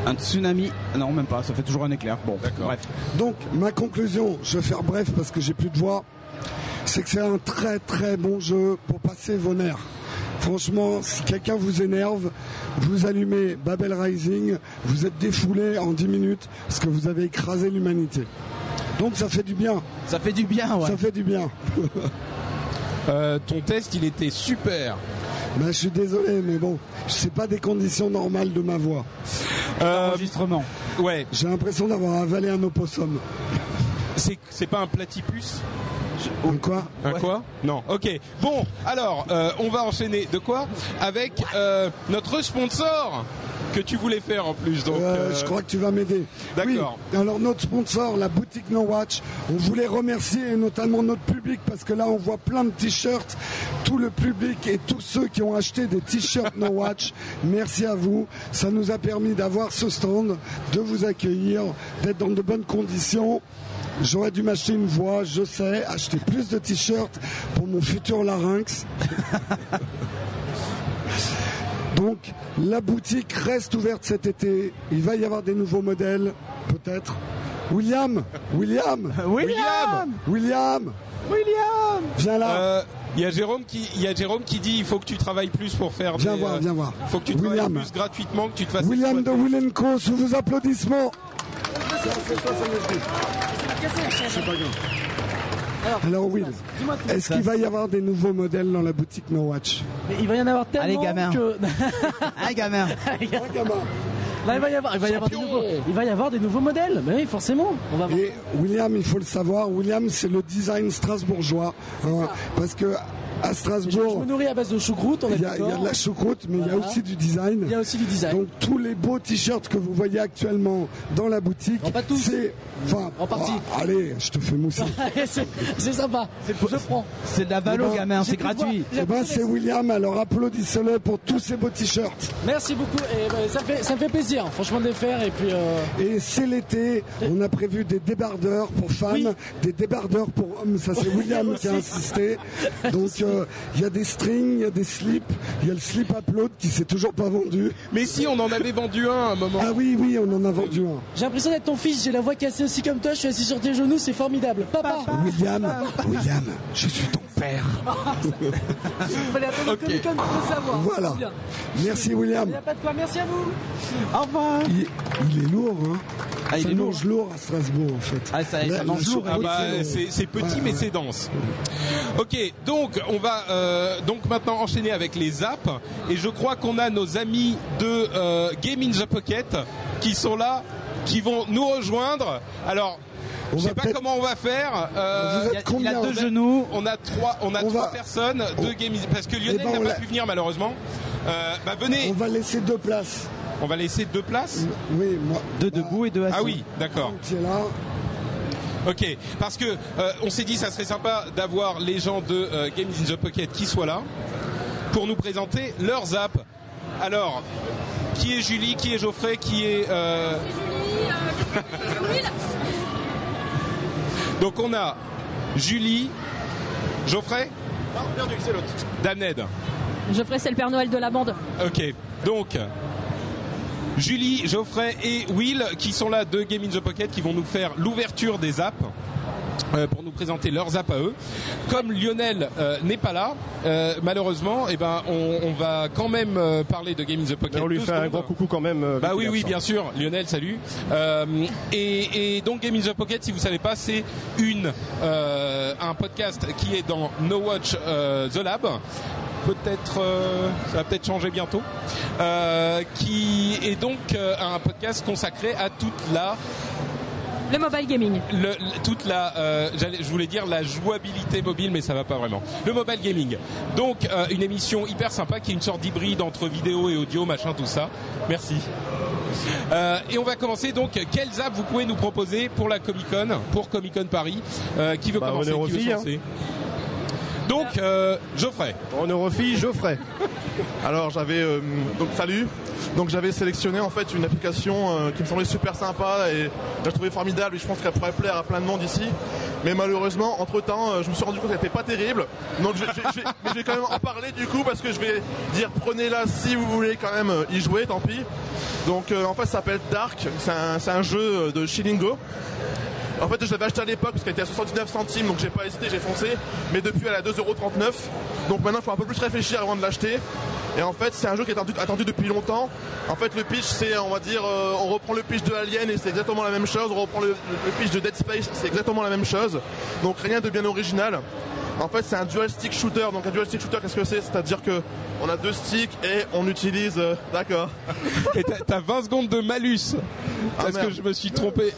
un tsunami. Non, même pas. Ça fait toujours un éclair. Bon, D'accord. bref. Donc ma conclusion, je vais faire bref parce que j'ai plus de voix, c'est que c'est un très très bon jeu pour passer vos nerfs. Franchement, si quelqu'un vous énerve, vous allumez Babel Rising, vous êtes défoulé en 10 minutes parce que vous avez écrasé l'humanité. Donc ça fait du bien, Ça fait du bien, ouais. ça fait du bien. Euh, ton test il était super. Ben, je suis désolé, mais bon, je sais pas des conditions normales de ma voix. Euh, Enregistrement. ouais. J'ai l'impression d'avoir avalé un opossum. C'est c'est pas un platypus Un quoi Un Ouais. quoi Non. Ok. Bon, alors, euh, on va enchaîner de quoi Avec euh, notre sponsor que tu voulais faire en plus. Donc, Euh, euh, je crois que tu vas m'aider. D'accord. Oui. Alors notre sponsor, la boutique No Watch, on voulait remercier et notamment notre public parce que là on voit plein de t-shirts, tout le public et tous ceux qui ont acheté des t-shirts No Watch. Merci à vous. Ça nous a permis d'avoir ce stand, de vous accueillir, d'être dans de bonnes conditions. J'aurais dû m'acheter une voix, je sais, acheter plus de t-shirts pour mon futur larynx. Donc la boutique reste ouverte cet été. Il va y avoir des nouveaux modèles, peut-être. William, William, William William, William viens là. euh, il y a Jérôme qui, il y a Jérôme qui dit, il faut que tu travailles plus pour faire. Viens des, voir, euh, viens voir. Faut que tu William. travailles plus gratuitement, que tu te fasses. William de exploiter. Will Co, sous vos applaudissements. Ça, c'est toi, ça me dit. C'est pas grave. Alors Will, Dis-moi tout. est-ce qu'il va y avoir des nouveaux modèles dans la boutique No Watch Mais il va y en avoir tellement Allez, gamin. que Hein, Ah, gamin Hein, gamin là il va y avoir il va y avoir des nouveaux il va y avoir des nouveaux modèles. Mais oui, forcément. On va voir. Et William, il faut le savoir, William, c'est le design strasbourgeois. hein, parce que à Je, je Strasbourg, me nourris à base de choucroute, on est Il y, a, il y a d'accord. de la choucroute, mais il y a Voilà. aussi du design. Il y a aussi du design. Donc tous les beaux t-shirts que vous voyez actuellement dans la boutique, Non, pas tous. c'est enfin En partie. ah, allez, je te fais mousser. c'est c'est sympa. Je prends. C'est de la valo, Eh ben, gamin, j'ai c'est plus de gratuit. voix. Eh ben c'est William, alors applaudissez-le pour tous ces beaux t-shirts. Merci beaucoup. Et bah, ça, me fait, ça me fait plaisir, franchement, de les faire. Et puis, euh, Et c'est l'été, on a prévu des débardeurs pour femmes, Oui. des débardeurs pour hommes, ça c'est William qui a aussi. insisté. Donc euh, il y a des strings, il y a des slips, il y a le slip upload qui s'est toujours pas vendu. Mais si, on en avait vendu un à un moment. Ah oui, oui, on en a vendu un. j'ai l'impression d'être ton fils. J'ai la voix cassée aussi comme toi. Je suis assis sur tes genoux, c'est formidable. Papa. William, William, je suis ton père. Il fallait attendre Ok. le Comic Con pour le savoir. Voilà. C'est bien. Merci Il n'y William. a pas de quoi, merci à vous. Au revoir. Il, il est lourd, hein. Ah, il ça est mange lourd à Strasbourg, en fait. Ah, ça- ça La- la mange lourd, Ah hein. choucroute, bah, lourd. c'est c'est petit Ouais, mais ouais. c'est dense. Ok, donc on va euh, donc maintenant enchaîner avec les apps et je crois qu'on a nos amis de euh, Game in the Pocket qui sont là, qui vont nous rejoindre. Alors, On je sais va pas peut-être- comment on va faire. euh, Vous Il y a- êtes combien il a deux vous êtes genoux. on a trois, on a On trois va- personnes de Game in... parce que Lionel Eh ben, on n'a pas l'a- pu venir malheureusement. Euh, bah venez, On va laisser deux places. on va laisser deux places. Oui, moi. Deux debout et deux assis. Ah oui, d'accord. Qui est là Ok, parce que euh, on s'est dit ça serait sympa d'avoir les gens de euh, Games in the Pocket qui soient là pour nous présenter leurs apps. Alors, qui est Julie, qui est Geoffrey, qui est euh, donc on a Julie, Geoffrey, Damned. Geoffrey, c'est le Père Noël de la bande. Ok, donc Julie, Geoffrey et Will qui sont là de Game in the Pocket qui vont nous faire l'ouverture des apps. euh, pour nous présenter leurs apps à eux. Comme Lionel euh, n'est pas là, euh, malheureusement, eh ben, on, on va quand même euh, parler de Game in the Pocket. Mais on lui deux fait un secondes. grand coucou quand même. euh, Bah vu oui, qu'il est oui, absent. bien sûr. Lionel, salut. Euh, et, et donc Game in the Pocket, si vous savez pas, c'est une euh, un podcast qui est dans No Watch euh, the Lab. Peut-être, euh, ça va peut-être changer bientôt. Euh, qui est donc euh, un podcast consacré à toute la, Le mobile gaming. le- le- toute la, euh, j'allais- je voulais dire la jouabilité mobile, mais ça va pas vraiment. Le mobile gaming. Donc euh, une émission hyper sympa qui est une sorte d'hybride entre vidéo et audio, machin, tout ça. Merci. Euh, et on va commencer donc. Quelles apps vous pouvez nous proposer pour la Comic Con, pour Comic Con Paris Euh, Qui veut Bah, commencer honneur aux Qui veut se filles, hein. lancer Donc euh, Geoffrey. On eurofille Geoffrey. Alors j'avais euh, donc salut. Donc j'avais sélectionné en fait une application euh, qui me semblait super sympa et je la trouvais formidable et je pense qu'elle pourrait plaire à plein de monde ici. Mais malheureusement, entre temps, je me suis rendu compte qu'elle n'était pas terrible. Donc je, je- je- mais je vais quand même en parler du coup parce que je vais dire prenez-la si vous voulez quand même euh, y jouer, tant pis. Donc euh, en fait ça s'appelle Dark, c'est un, c'est un jeu euh, de Shilingo. En fait, je l'avais acheté à l'époque parce qu'elle était à 79 centimes, donc j'ai pas hésité, j'ai foncé. Mais depuis, elle est à 2,39€. Donc maintenant, il faut un peu plus réfléchir avant de l'acheter. Et en fait, c'est un jeu qui est attendu, attendu depuis longtemps. En fait, le pitch, c'est, on va dire, euh, on reprend le pitch de Alien et c'est exactement la même chose. On reprend le, le pitch de Dead Space, c'est exactement la même chose. Donc rien de bien original. En fait, c'est un dual stick shooter. Donc un dual stick shooter, qu'est-ce que c'est C'est-à-dire que on a deux sticks et on utilise. euh, D'accord. Ah, Et t'as- t'as 20 secondes de malus parce merde. que je me suis trompé.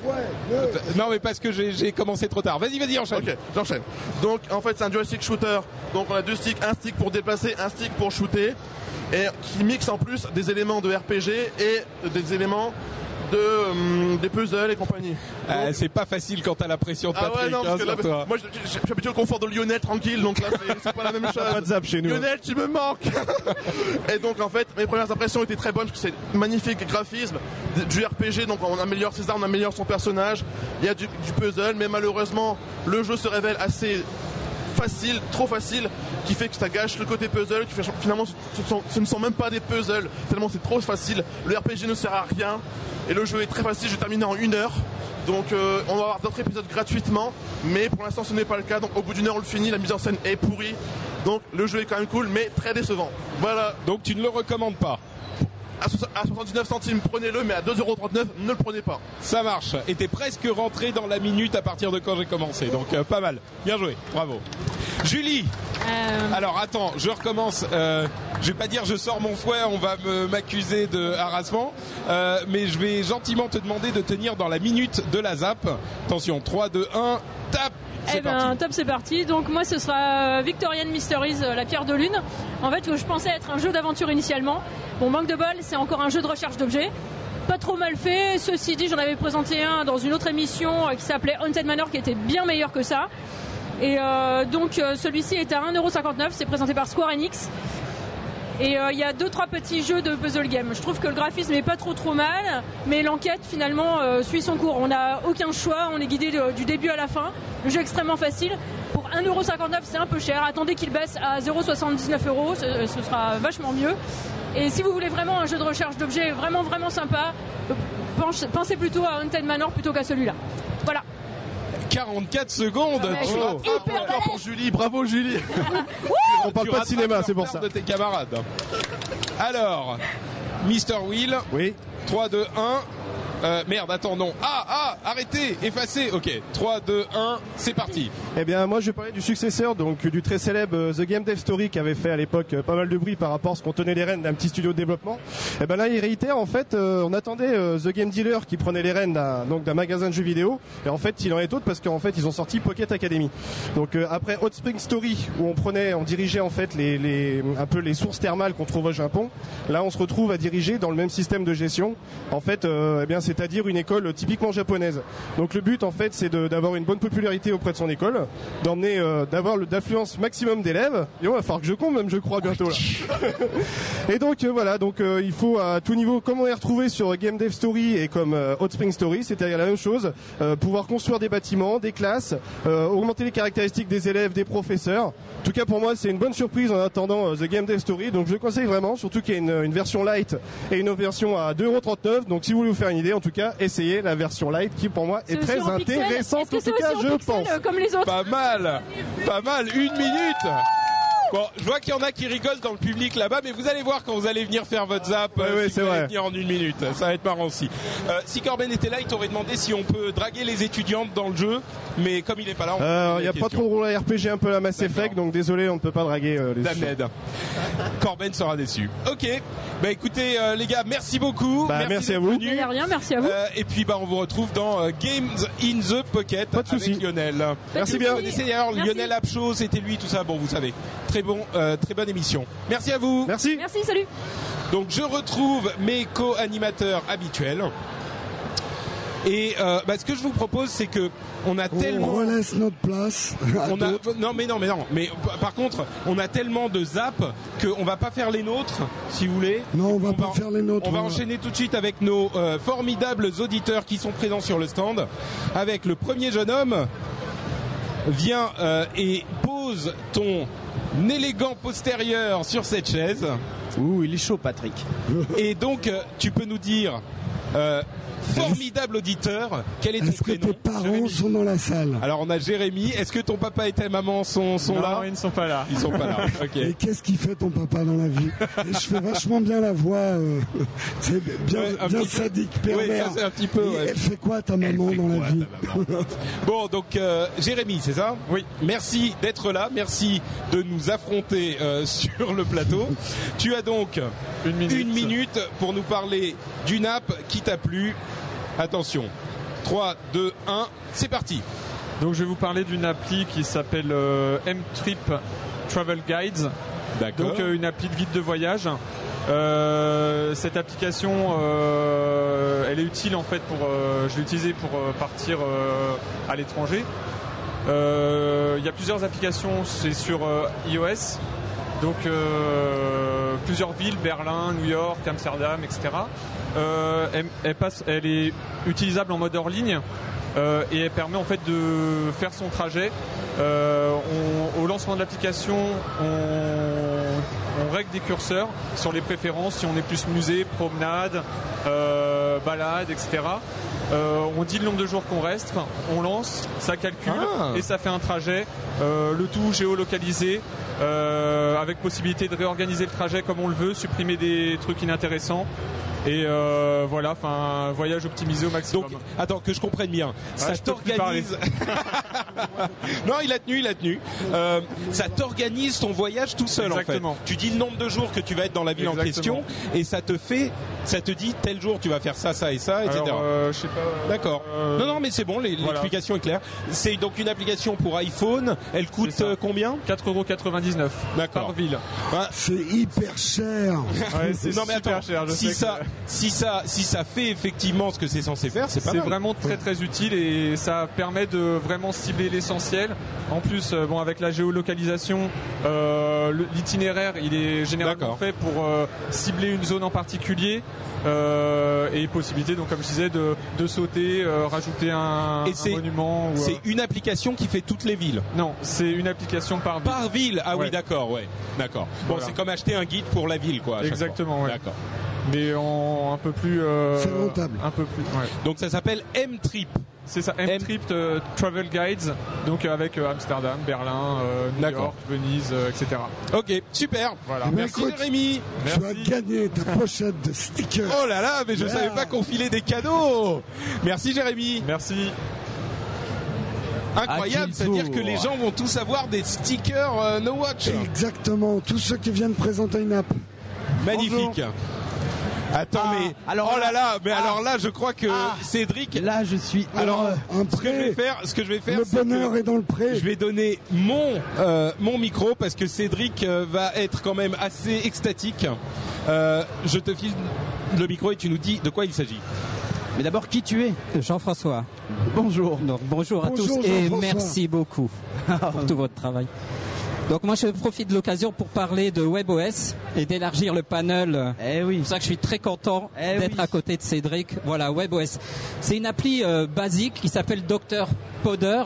Non mais parce que j'ai j'ai commencé trop tard. Vas-y, vas-y, enchaîne. Ok, j'enchaîne. Donc en fait c'est un joystick shooter. Donc on a deux sticks, un stick pour déplacer, un stick pour shooter. Et qui mixe en plus des éléments de RPG et des éléments de hum, des puzzles et compagnie. Euh, c'est pas facile quand t'as la pression de Ah Patrick. ouais non parce hein, que là, sur toi. moi je- je- je suis habitué au confort de Lionel tranquille donc là c'est- c'est pas la même chose. Pas de zap chez nous. hein. Lionel, tu me manques Et donc en fait, mes premières impressions étaient très bonnes parce que c'est magnifique graphisme, d- du RPG, donc on améliore ses armes, on améliore son personnage, il y a du, du puzzle, mais malheureusement, le jeu se révèle assez facile, trop facile, qui fait que ça gâche le côté puzzle, qui fait que finalement ce, ce sont- ce ne sont même pas des puzzles, tellement c'est trop facile, le RPG ne sert à rien, et le jeu est très facile, je termine en une heure. Donc euh, on va avoir d'autres épisodes gratuitement, mais pour l'instant ce n'est pas le cas, donc au bout d'une heure on le finit, la mise en scène est pourrie, donc le jeu est quand même cool, mais très décevant. Voilà, Donc tu ne le recommandes pas. à, so- à 79 centimes prenez-le, mais à 2,39€ ne le prenez pas. Ça marche. Et t'es presque rentré dans la minute à partir de quand j'ai commencé. Donc euh, pas mal. Bien joué. Bravo. Julie. Alors attends, je recommence. Euh, je vais pas dire je sors mon fouet, on va me m'accuser de harassement, Euh, mais je vais gentiment te demander de tenir dans la minute de la zap. Attention, 3, 2, 1, tap. C'est Eh ben, parti. top, c'est parti. Donc, moi, ce sera euh, Victorian Mysteries, euh, la pierre de lune. En fait, je pensais être un jeu d'aventure initialement. Bon, manque de bol, c'est encore un jeu de recherche d'objets. Pas trop mal fait. Ceci dit, j'en avais présenté un dans une autre émission euh, qui s'appelait Haunted Manor, qui était bien meilleur que ça. Et euh, donc, euh, celui-ci est à 1,59€. C'est présenté par Square Enix. Et euh, il y a deux trois petits jeux de puzzle game. Je trouve que le graphisme est pas trop trop mal, mais l'enquête finalement euh, suit son cours. On n'a aucun choix, on est guidé de- du début à la fin. Le jeu est extrêmement facile. Pour 1,59€ c'est un peu cher. Attendez qu'il baisse à 0,79€, ce, ce sera vachement mieux. Et si vous voulez vraiment un jeu de recherche d'objets vraiment vraiment sympa, euh, penche- pensez plutôt à Haunted Manor plutôt qu'à celui-là. Voilà. 44 secondes. Ah ouais, tu je suis rates hyper un record balèze. pour Julie, bravo Julie. On parle Tu pas de cinéma, rattrapes c'est pour le ça. retard De tes camarades. Alors, Mister Will, Oui. 3, 2, 1. Euh, merde, attends, non. Ah, ah, arrêtez, effacez. Ok, 3, 2, 1, c'est parti. Eh bien, moi, je vais parler du successeur, donc du très célèbre euh, The Game Dev Story, qui avait fait à l'époque euh, pas mal de bruit par rapport à ce qu'on tenait les rênes d'un petit studio de développement. Eh ben là, il réitère. En fait, euh, on attendait euh, The Game Dealer qui prenait les rênes d'un donc d'un magasin de jeux vidéo, et en fait, il en est autre parce qu'en fait, ils ont sorti Pocket Academy. Donc euh, après Hot Spring Story, où on prenait, on dirigeait en fait les, les un peu les sources thermales qu'on trouve au Japon. Là, on se retrouve à diriger dans le même système de gestion. En fait, euh, eh bien, c'est-à-dire une école euh, typiquement japonaise. Donc le but, en fait, c'est de- d'avoir une bonne popularité auprès de son école, d'emmener, euh, d'avoir le- d'affluence maximum d'élèves. Et on va falloir que je compte, même je crois bientôt là. et donc euh, voilà, donc euh, il faut à tout niveau, comme on est retrouvé sur Game Dev Story et comme euh, Hot Spring Story, c'est-à-dire la même chose, euh, pouvoir construire des bâtiments, des classes, euh, augmenter les caractéristiques des élèves, des professeurs. En tout cas, pour moi, c'est une bonne surprise en attendant euh, The Game Dev Story. Donc je le conseille vraiment, surtout qu'il y a une, une version light et une autre version à 2,39€. Donc si vous voulez vous faire une idée, en tout cas, essayez la version light qui pour moi est, C'est très aussi en pixel. intéressante. Est-ce que en c'est tout aussi cas, en je pixel, pense. euh, comme les autres Pas mal, pas mal, une minute. Bon, je vois qu'il y en a qui rigolent dans le public là-bas, mais vous allez voir quand vous allez venir faire votre zap, euh, ouais, si c'est vous allez vrai. venir en une minute, ça va être marrant aussi. Euh, si Corben était là, il t'aurait demandé si on peut draguer les étudiantes dans le jeu, mais comme il est pas là, on peut Euh, poser Il n'y la a pas question. trop de rôle à RPG, un peu la Mass D'accord. Effect, donc désolé, on ne peut pas draguer euh, les Damned. Corben sera déçu. Ok, bah écoutez euh, les gars, merci beaucoup. Bah, merci à d'être vous. venus. Il y a rien, merci à vous. Euh, et puis bah on vous retrouve dans euh, Games in the Pocket Pas avec de souci. Lionel. Merci Vous bien. connaissez d'ailleurs Merci. Lionel Apcho, c'était lui tout ça. Bon, vous savez. Très bon, euh, très bonne émission. Merci à vous. Merci. Merci, salut. Donc je retrouve mes co-animateurs habituels. Et euh, bah, ce que je vous propose, c'est que on Oh, a On tellement relaisse notre place. à on a, d'autres. non mais non mais non mais par contre on a tellement de zaps qu'on va pas faire les nôtres si vous voulez Non, on va pas faire les nôtres, on va on va- enchaîner tout de suite avec nos euh, formidables auditeurs qui sont présents sur le stand avec le premier jeune homme viens euh, et pose ton élégant postérieur sur cette chaise Ouh, il est chaud, Patrick. et donc euh, tu peux nous dire euh, formidable auditeur quel est ton Est-ce que prénom tes parents Jérémy. sont dans la salle alors on a Jérémy est-ce que ton papa et ta maman sont, sont là ils ne sont pas là. ils sont pas là. Ok. Et qu'est-ce qu'il fait ton papa dans la vie Et je fais vachement bien la voix, euh, c'est bien, Ouais, un bien petit peu. sadique, Ouais, pervers. ça, c'est un petit peu, Et ouais. Elle fait quoi ta maman fait dans la quoi, vie ta maman Bon, donc euh, Jérémy, c'est ça Oui. Merci d'être là. Merci de nous affronter euh, sur le plateau. Tu as donc Une minute. une minute pour nous parler d'une app qui t'a plu. Attention. 3, 2, 1, c'est parti. Donc je vais vous parler d'une appli qui s'appelle euh, M-Trip Travel Guides. D'accord. Donc euh, une appli de guide de voyage. Euh, cette application, euh, elle est utile en fait pour. euh, je l'ai utilisée pour euh, partir euh, à l'étranger. Euh, Il y a plusieurs applications, c'est sur euh, iOS. Donc euh, plusieurs villes, Berlin, New York, Amsterdam, etc. Euh, elle, elle passe, elle est utilisable en mode hors ligne euh, et elle permet en fait de faire son trajet. Euh, on- au lancement de l'application, on, on règle des curseurs sur les préférences, si on est plus musée, promenade, euh, balade, etc. Euh, on dit le nombre de jours qu'on reste, enfin, on lance, ça calcule Ah. et ça fait un trajet, euh, le tout géolocalisé, euh, avec possibilité de réorganiser le trajet comme on le veut, supprimer des trucs inintéressants. Et euh, voilà, enfin, voyage optimisé au Donc, maximum. attends, que je comprenne bien. ça Ah, je peux plus t'organise. non, il a tenu, il a tenu. Euh, ça t'organise ton voyage tout seul en Exactement. fait. Tu dis le nombre de jours que tu vas être dans la ville en question Exactement. et ça te fait, ça te dit tel jour tu vas faire ça, ça et ça, etc. Alors, euh, je sais pas. euh, D'accord. euh, non, non, mais c'est bon, les- voilà. l'explication est claire. C'est donc une application pour iPhone. Elle coûte ça. euh, combien 4,99€ D'accord. par ville. Bah, C'est hyper cher. Ouais, c'est Non mais super attends, cher, je si sais que- ça, si ça, si ça fait effectivement ce que c'est censé faire, c'est pas C'est mal. vraiment très très utile et ça permet de vraiment cibler l'essentiel. En plus, euh, bon, avec la géolocalisation, euh, le- l'itinéraire il est généralement D'accord. fait pour euh, cibler une zone en particulier euh, et possibilité, donc comme je disais, de, de sauter, euh, rajouter un, Et un c'est- monument. Ou, euh, C'est une application qui fait toutes les villes. Non, c'est une application par ville. Par ville, ah oui, Ouais. d'accord, ouais, d'accord. Bon, Voilà. c'est comme acheter un guide pour la ville, quoi. à chaque Exactement, fois. ouais. D'accord. mais en un peu plus. euh, C'est rentable. Un peu plus. ouais. Donc ça s'appelle M Trip. C'est ça, M-Trip euh, Travel Guides, donc euh, avec euh, Amsterdam, Berlin, euh, New D'accord. York, Venise, euh, etc. Ok, super. Voilà. Eh ben, Merci écoute, Jérémy. Tu as gagné ta pochette de stickers. Oh là là, mais je savais pas qu'on filait des cadeaux. Merci Jérémy. Merci. Incroyable, À quel c'est-à-dire tour. que les gens vont tous avoir des stickers euh, No Watch. Exactement, tous ceux qui viennent présenter une app. Magnifique. Attends, Ah, mais alors oh là là. là, mais Ah. alors là, je crois que Ah. Cédric. Là, je suis Alors, heureux. Un ce que je vais prêt, faire, ce que je vais faire, le c'est bonheur que est dans le pré. je vais donner mon euh, mon micro parce que Cédric euh, va être quand même assez extatique. Euh, je te file le micro et tu nous dis de quoi il s'agit. Mais d'abord, qui tu es Jean-François, Bonjour. donc bonjour à Bonjour, tous et Jean-François. merci beaucoup pour tout votre travail. Donc moi je profite de l'occasion pour parler de WebOS et d'élargir le panel. Eh oui. C'est pour ça que je suis très content Eh d'être oui. à côté de Cédric. Voilà, WebOS. C'est une appli euh, basique qui s'appelle Dr Podder.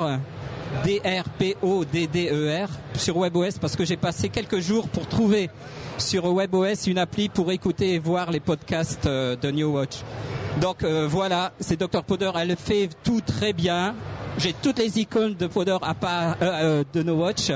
D-R-P-O-D-D-E-R E sur WebOS parce que j'ai passé quelques jours pour trouver sur WebOS une appli pour écouter et voir les podcasts euh, de New Watch. Donc euh, voilà, c'est Dr Podder, elle fait tout très bien. J'ai toutes les icônes de Podder à part euh, euh, de No Watch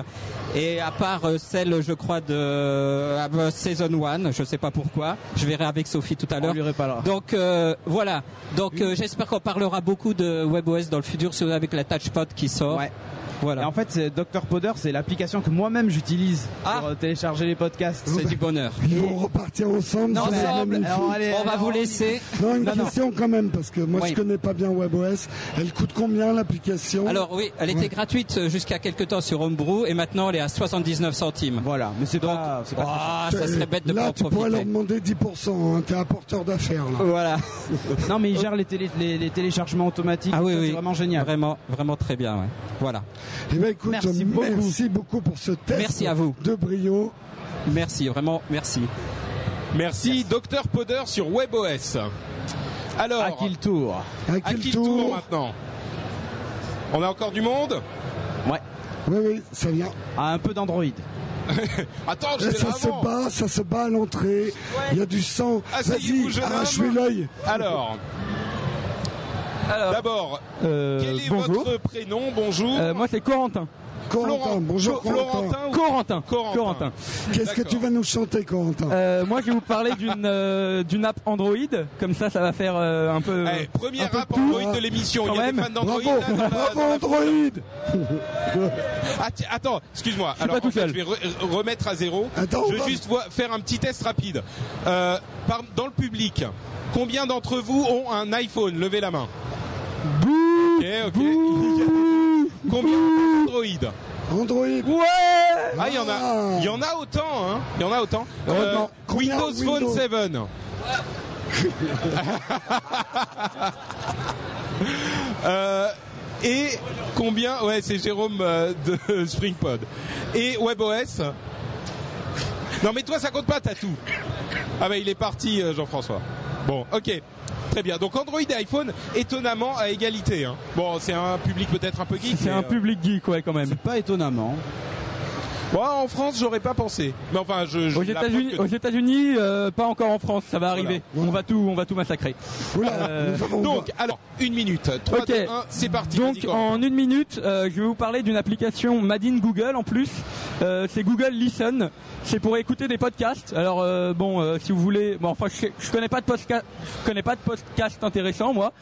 et à part euh, celle, je crois, de euh, Season 1, je ne sais pas pourquoi. Je verrai avec Sophie tout à On l'heure. lui réparera. Donc euh, voilà. Donc euh, j'espère qu'on parlera beaucoup de WebOS dans le futur, surtout avec la Touchpad qui sort. Ouais. Et Voilà. en fait, c'est Dr Podder, c'est l'application que moi-même j'utilise Ah. pour euh, télécharger les podcasts. C'est du bonheur. Ils vont repartir ensemble. Non, c'est mais- magnifique. Alors, allez, On va alors- vous laisser. Non, une Non, non. question quand même, parce que moi Oui. je connais pas bien WebOS. Elle coûte combien l'application Alors oui, elle était Ouais. gratuite euh, jusqu'à quelques temps sur Homebrew et maintenant elle est à 79 centimes. Voilà, mais c'est pas, c'est pas- Ah, ça serait bête de Euh, Là, pas en tu pourrais leur profiter. demander 10%. Hein, T'es apporteur d'affaires là. Voilà. Non, mais il gère les, télé- les, les téléchargements automatiques. Ah oui, Ça, oui. C'est vraiment génial. Vraiment, vraiment très bien. ouais. Voilà. Eh ben, écoute, Merci beaucoup. merci beaucoup pour ce test Merci à vous. de brio. Eh, Merci, vraiment, merci. Merci, Dr Podder sur WebOS. Alors, À qui le tour À à quel qui le tour, tour maintenant On a encore du monde Ouais. Oui, oui, ça vient. À un peu d'Android. Attends, je Eh, vais ça là se avant. bat, ça se bat à l'entrée. Il y a du sang. Asseyez-vous, Vas-y, jeune arrache-lui homme. l'œil. Alors, d'abord, Euh, quel est bonjour. votre prénom Bonjour. Euh, moi c'est Corentin. Corentin, Florent- bonjour Co- Corentin. Florentin ou- Corentin. Corentin. Qu'est-ce que D'accord. tu vas nous chanter, Corentin Euh, moi, je vais vous parler d'une euh, d'une app Android. Comme ça, ça va faire euh, un peu. Eh, premier un peu rap tout, Android hein, de l'émission. quand Il y a des même. fans d'Android. Bravo, là, dans la- bravo dans la- Android Ah, tiens, attends, excuse-moi. suis Alors, pas en tout fait, seul. je vais re- euh, remettre à zéro. Attends, je on vais va- juste voir- faire un petit test rapide. Euh, par- dans le public, combien d'entre vous ont un iPhone Levez la main. ok, ok. combien ont un Android Android Ah, il y en a. Il y en a autant, hein. Il y en a autant. Euh, non. Combien Windows Phone Windows 7. Euh, et combien Ouais, c'est Jérôme euh, de Springpod. Et WebOS Non, mais toi, ça compte pas, t'as tout. Ah, bah, il est parti, euh, Jean-François. Bon, ok. Très bien. Donc, Android et iPhone, étonnamment à égalité. hein. Bon, c'est un public peut-être un peu geek. C'est mais, un euh, public geek, ouais, quand même. C'est pas étonnamment. Ouais, en France, j'aurais pas pensé. Mais enfin, je. je Aux l'apprends États-Unis, que- aux États-Unis, euh, pas encore en France, ça va arriver. On va tout, on va tout massacrer. Oula, Euh, nous avons- Donc, alors, une minute. 3, Ok. 2, 1, c'est parti. Donc Vas-y, Corentin. en une minute, euh, je vais vous parler d'une application Made in Google en plus. Euh, c'est Google Listen. C'est pour écouter des podcasts. Alors euh, bon, euh, si vous voulez, bon enfin je, je connais pas de podcast, je connais pas de podcast intéressant moi.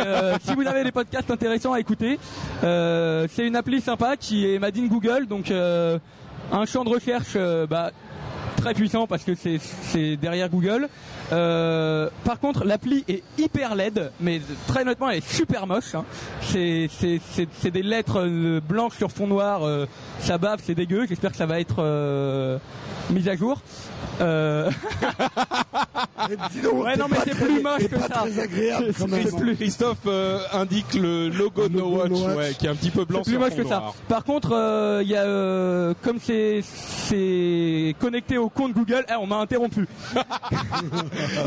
euh, si vous avez des podcasts intéressants à écouter, euh, c'est une appli sympa qui est Made in Google. Donc euh, un champ de recherche, euh, bah très puissant parce que c'est- c'est derrière Google. Euh, par contre, l'appli est hyper laide, mais très nettement, elle est super moche. hein. C'est c'est- c'est- c'est des lettres euh, blanches sur fond noir, euh, ça bave, c'est dégueu. J'espère que ça va être euh, mis à jour. Euh, Eh, dis donc, Ouais, t'es non, mais pas c'est très- plus moche t'es que pas ça. très agréable quand même. hein. c'est plus- Christophe euh, indique le logo Le No logo Watch, No Watch. ouais, qui est un petit peu blanc C'est plus sur moche fond que ça. noir. Par contre, euh, il y a euh, comme c'est c'est connecté au compte Google, eh, on m'a interrompu.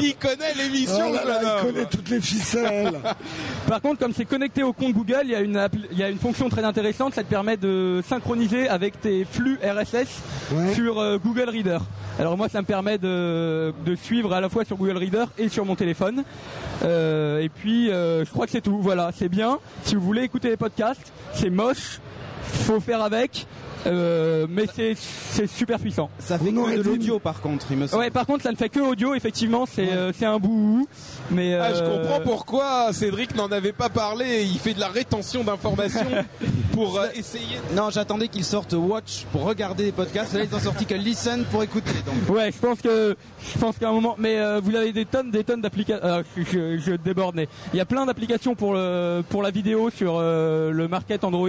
Il connaît Oh l'émission, là le là, jeune il homme. connaît toutes les ficelles. Par contre, comme c'est connecté au compte Google, il y, a une appli- il y a une fonction très intéressante, ça te permet de synchroniser avec tes flux RSS Ouais. sur euh, Google Reader. Alors moi, ça me permet de, de suivre à la fois sur Google Reader et sur mon téléphone. Euh, et puis, euh, je crois que c'est tout. Voilà, c'est bien. Si vous voulez écouter les podcasts, c'est moche, faut faire avec. euh, mais c'est c'est super puissant. Ça fait que de l'audio par contre, il me semble. Ouais, par contre, ça ne fait que audio, effectivement, c'est euh, c'est un bout. Mais Ah, je euh, comprends pourquoi Cédric n'en avait pas parlé. Il fait de la rétention d'informations pour euh, essayer. Non, j'attendais qu'ils sortent Watch pour regarder les podcasts. Là, ils ont sorti que Listen pour écouter. Donc, Ouais, je pense que je pense qu'à un moment, mais euh, vous avez des tonnes, des tonnes d'applications. je, je déborde, mais il y a plein d'applications pour le pour la vidéo sur euh, le market Android,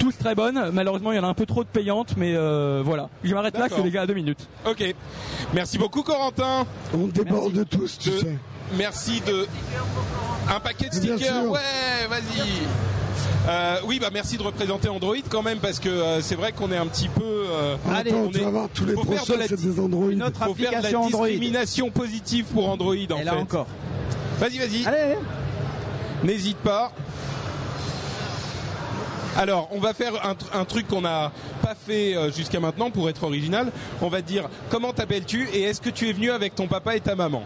tous très bonnes. Malheureusement, il y en a un peu trop de payantes, mais euh, voilà. Je m'arrête là, je suis D'accord. déjà à deux minutes. Ok. Merci beaucoup, Corentin. On déborde de tous, tu De- sais. Merci de. Un paquet de Bien stickers. sûr. Ouais, vas-y. Euh, oui, bah merci de représenter Android quand même parce que euh, c'est vrai qu'on est un petit peu. euh, Attends, on tu est- vas voir, tous les faut faire prochains, de la, c'est des Android. une autre faut faire de la application Android. Et discrimination positive pour Android en là fait. encore. Vas-y, vas-y. Allez, allez. N'hésite pas. Alors, on va faire un, tr- un truc qu'on n'a pas fait euh, jusqu'à maintenant pour être original. On va dire comment t'appelles-tu et est-ce que tu es venu avec ton papa et ta maman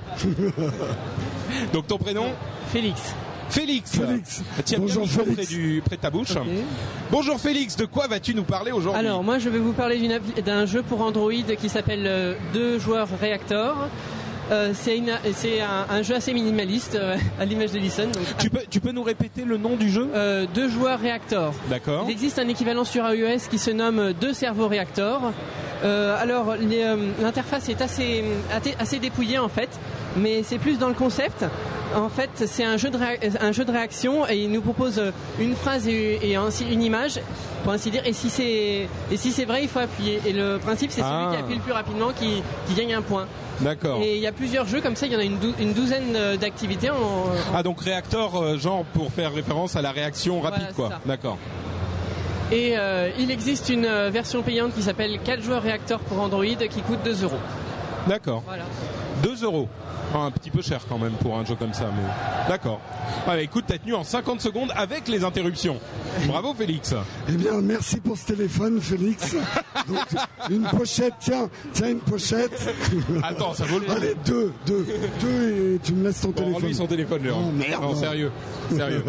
Donc ton prénom Félix. Félix. Félix. Tiens, Bonjour, bien le micro Félix. Près, du, près de ta bouche. Bonjour Félix, de quoi vas-tu nous parler aujourd'hui Alors moi je vais vous parler d'une appli- d'un jeu pour Android qui s'appelle euh, Deux joueurs Reactor. Euh, c'est une- c'est un, un jeu assez minimaliste euh, à l'image de Listen. donc, tu peux, tu peux nous répéter le nom du jeu euh, deux joueurs Reactor. D'accord. Il existe un équivalent sur iOS qui se nomme deux cerveaux réacteurs. Euh, alors les, euh, l'interface est assez, athé- assez dépouillée en fait, mais c'est plus dans le concept. En fait, c'est un jeu de réa- euh, un jeu de réaction et il nous propose euh, une phrase et, et ainsi une image pour ainsi dire. Et si c'est et si c'est vrai, il faut appuyer. Et le principe, c'est Ah. celui qui appuie le plus rapidement qui, qui gagne un point. D'accord. Et il y a plusieurs jeux comme ça. Il y en a une, dou- une douzaine euh, d'activités. En, en- Ah donc réacteur, euh, genre pour faire référence à la réaction rapide Voilà, quoi. c'est ça. D'accord. Et euh, il existe une euh, version payante qui s'appelle 4 joueurs réacteurs pour Android qui coûte 2 euros. D'accord. Voilà. 2 euros. Enfin, un petit peu cher quand même pour un jeu comme ça, mais d'accord. Allez, écoute, t'as tenu en 50 secondes avec les interruptions. Bravo Félix. Eh bien, merci pour ce téléphone, Félix. Donc, une pochette, tiens, tiens, une pochette. Attends, ça vaut le coup. Allez, deux, deux, deux, et tu me laisses ton Bon, téléphone. lui son téléphone, Léon. Oh, merde. Non, sérieux, sérieux.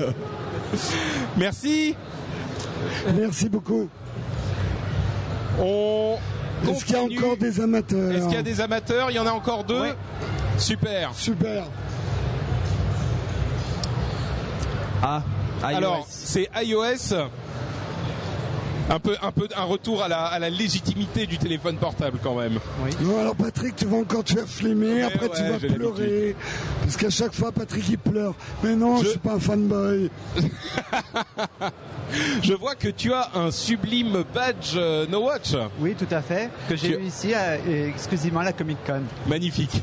Merci. Merci beaucoup. On Est-ce qu'il y a continue. encore des amateurs Est-ce qu'il y a des amateurs Il y en a encore deux. Ouais. Super. Super. Ah, iOS. Alors, c'est iOS. Un peu, un peu, un retour à la, à la légitimité du téléphone portable quand même. Non, alors Patrick, tu vas encore te faire flimmer, après tu Eh ouais, vas j'ai l'habitude. pleurer. Parce qu'à chaque fois, Patrick, il pleure. Mais non, je, Je- suis pas un fanboy. Je vois que tu as un sublime badge euh, No Watch. Oui, tout à fait. Que j'ai Tu- eu ici à- et exclusivement à la Comic Con. Magnifique.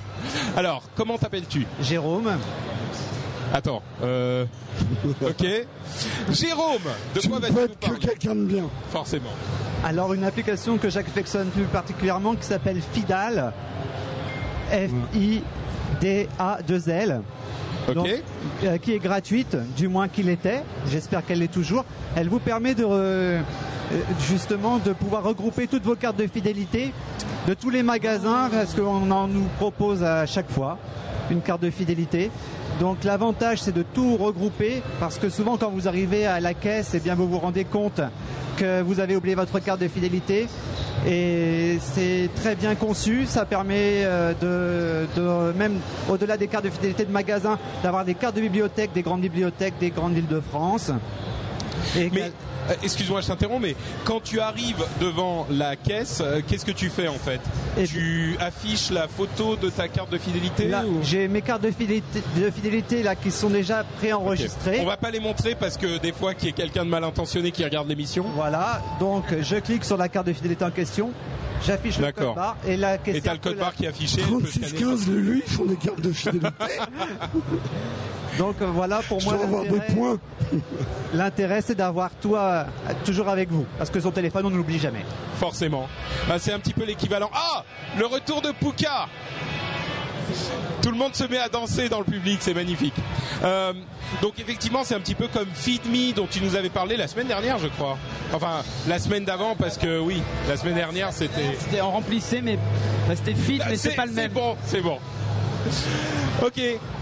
Alors, comment t'appelles-tu Jérôme, Attends. Euh... Ok. Jérôme. De Tu quoi ne vas-tu peux nous être que parler quelqu'un de bien. Forcément. alors une application que j'affectionne plus particulièrement qui s'appelle Fidal. F-I-D-A-2-L. Ok. Donc, euh, qui est gratuite, du moins qu'il était. J'espère qu'elle l'est toujours. Elle vous permet de re- euh, justement de pouvoir regrouper toutes vos cartes de fidélité de tous les magasins parce qu'on en nous propose à chaque fois une carte de fidélité. Donc l'avantage c'est de tout regrouper parce que souvent quand vous arrivez à la caisse, eh bien vous vous rendez compte que vous avez oublié votre carte de fidélité et c'est très bien conçu. Ça permet euh, de, de- même au-delà des cartes de fidélité de magasins, d'avoir des cartes de bibliothèque, des grandes bibliothèques, des grandes villes de France. Et Mais euh, excuse-moi, je t'interromps, mais quand tu arrives devant la caisse, euh, qu'est-ce que tu fais en fait Et- Tu affiches la photo de ta carte de fidélité là, ou- j'ai mes cartes de fidélité, de fidélité là qui sont déjà préenregistrées. On va pas les montrer parce que des fois qu'il y a quelqu'un de mal intentionné qui regarde l'émission. Voilà, donc je clique sur la carte de fidélité en question, j'affiche le D'accord. code barre et la Et question. t'as le code barre qui est affiché. elle peut scanner. 36-15, lui, ils font des cartes de fidélité. Donc euh, voilà pour je moi dois avoir des l'intérêt- points. l'intérêt c'est d'avoir tout à- toujours avec vous parce que son téléphone on ne l'oublie jamais. Ah, Forcément. Bah, c'est un petit peu l'équivalent. Ah Le retour de Pouka Tout le monde se met à danser dans le public, c'est magnifique. Euh, donc effectivement, c'est un petit peu comme Feed Me dont tu nous avais parlé la semaine dernière, je crois. Enfin, la semaine d'avant, parce que oui, la semaine dernière, c'était... C'était- On remplissait, mais enfin, c'était fit, mais c'est pas le même. C'est bon, c'est bon. Ok,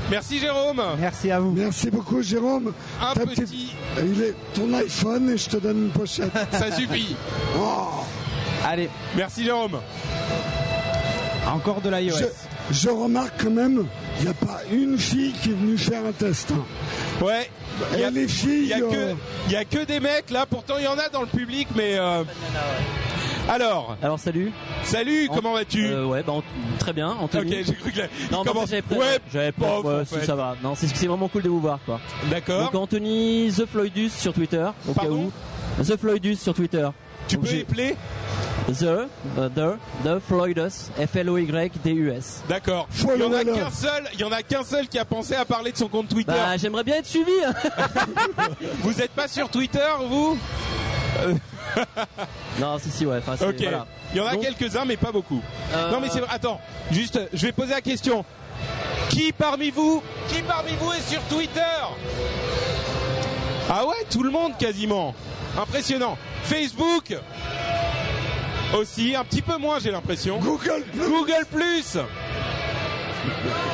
merci Jérôme. Merci à vous. Merci beaucoup, Jérôme. Un T'as petit- Il est ton iPhone et je te donne une pochette. Ça suffit. Oh, Allez, Merci Jérôme. encore de l'iOS. je, je remarque quand même, il n'y a pas une fille qui est venue faire un test. hein. Ouais. Il y a- Et les filles, il y a que euh, il y a que des mecs là. Pourtant, il y en a dans le public, mais euh, alors, Alors salut. salut. Comment vas-tu Euh, Ouais, bah, Ant- très bien, Ok, Anthony. j'ai cru que la... Non, il mais en commence- fait, j'avais peur. ouais, J'avais peur. bof, en ouais, si, fait. ça va. Non, c'est c'est vraiment cool de vous voir, quoi. d'accord. Donc Anthony The Floydus sur Twitter. Au cas Pardon où. The Floydus sur Twitter. Tu Donc, peux j'ai- épeler The, euh, the, the Floydus, F-L-O-Y-D-U-S. D'accord. Faut Il y en a le- qu'un seul. Il y en a qu'un seul qui a pensé à parler de son compte Twitter. Bah, j'aimerais bien être suivi. hein. Vous êtes pas sur Twitter, vous non, si, si, ouais. Enfin, c'est- Ok. voilà. Il y en a Donc, quelques-uns, mais pas beaucoup. Euh, Non, mais c'est vrai. Attends, juste, je vais poser la question. Qui parmi vous, qui parmi vous est sur Twitter Ah ouais, tout le monde quasiment. Impressionnant. Facebook aussi, un petit peu moins, j'ai l'impression. Google Plus. Google Plus.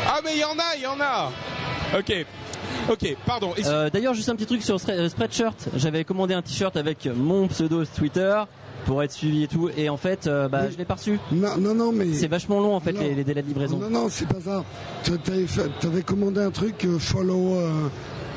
Ah mais il y en a, il y en a. Ok, ok. Pardon. Et- Euh, D'ailleurs, juste un petit truc sur Stre- euh, Spreadshirt. J'avais commandé un t-shirt avec mon pseudo Twitter pour être suivi et tout. Et en fait, euh, bah, Oui. je l'ai pas reçu. Non, non, non, mais. C'est vachement long en fait Non. les, les délais de livraison. Non, non, c'est pas ça. Tu avais, commandé un truc, euh, follow. euh,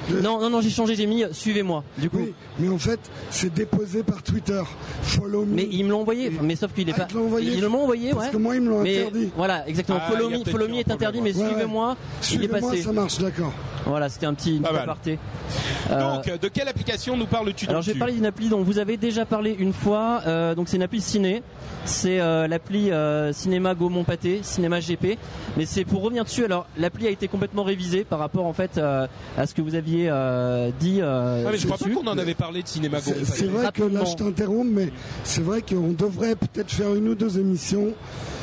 non. Non, non, non, j'ai changé, j'ai mis euh, suivez-moi. Du coup, Oui, mais en fait, c'est déposé par Twitter. Follow me. mais ils me l'ont envoyé. Enfin, Mais sauf qu'il est Ah, pas. ils te l'ont envoyé. Ils l'ont envoyé, Parce ouais. que moi, ils me l'ont mais interdit. voilà, exactement. Ah, follow il y a me, peut-être follow eu me un est interdit, problème, mais ouais. Ouais, suivez-moi. Il est Suivez-moi, passé. ça marche, d'accord. Voilà, c'était un petit une Pas petite mal. aparté. Euh, donc, de quelle application nous parles-tu Alors donc, je vais tu parler d'une appli dont vous avez déjà parlé une fois. Euh, donc c'est une appli ciné. C'est euh, l'appli euh, Cinéma Gaumont Pâté, Cinéma GP. Mais c'est pour revenir dessus. Alors l'appli a été complètement révisée par rapport en fait euh, à ce que vous aviez euh, dit. euh, Ah, mais je crois pas dessus. qu'on en avait parlé de cinéma. C'est Gourmand. c'est vrai que là, je Rapidement. t'interromps, mais c'est vrai qu'on devrait peut-être faire une ou deux émissions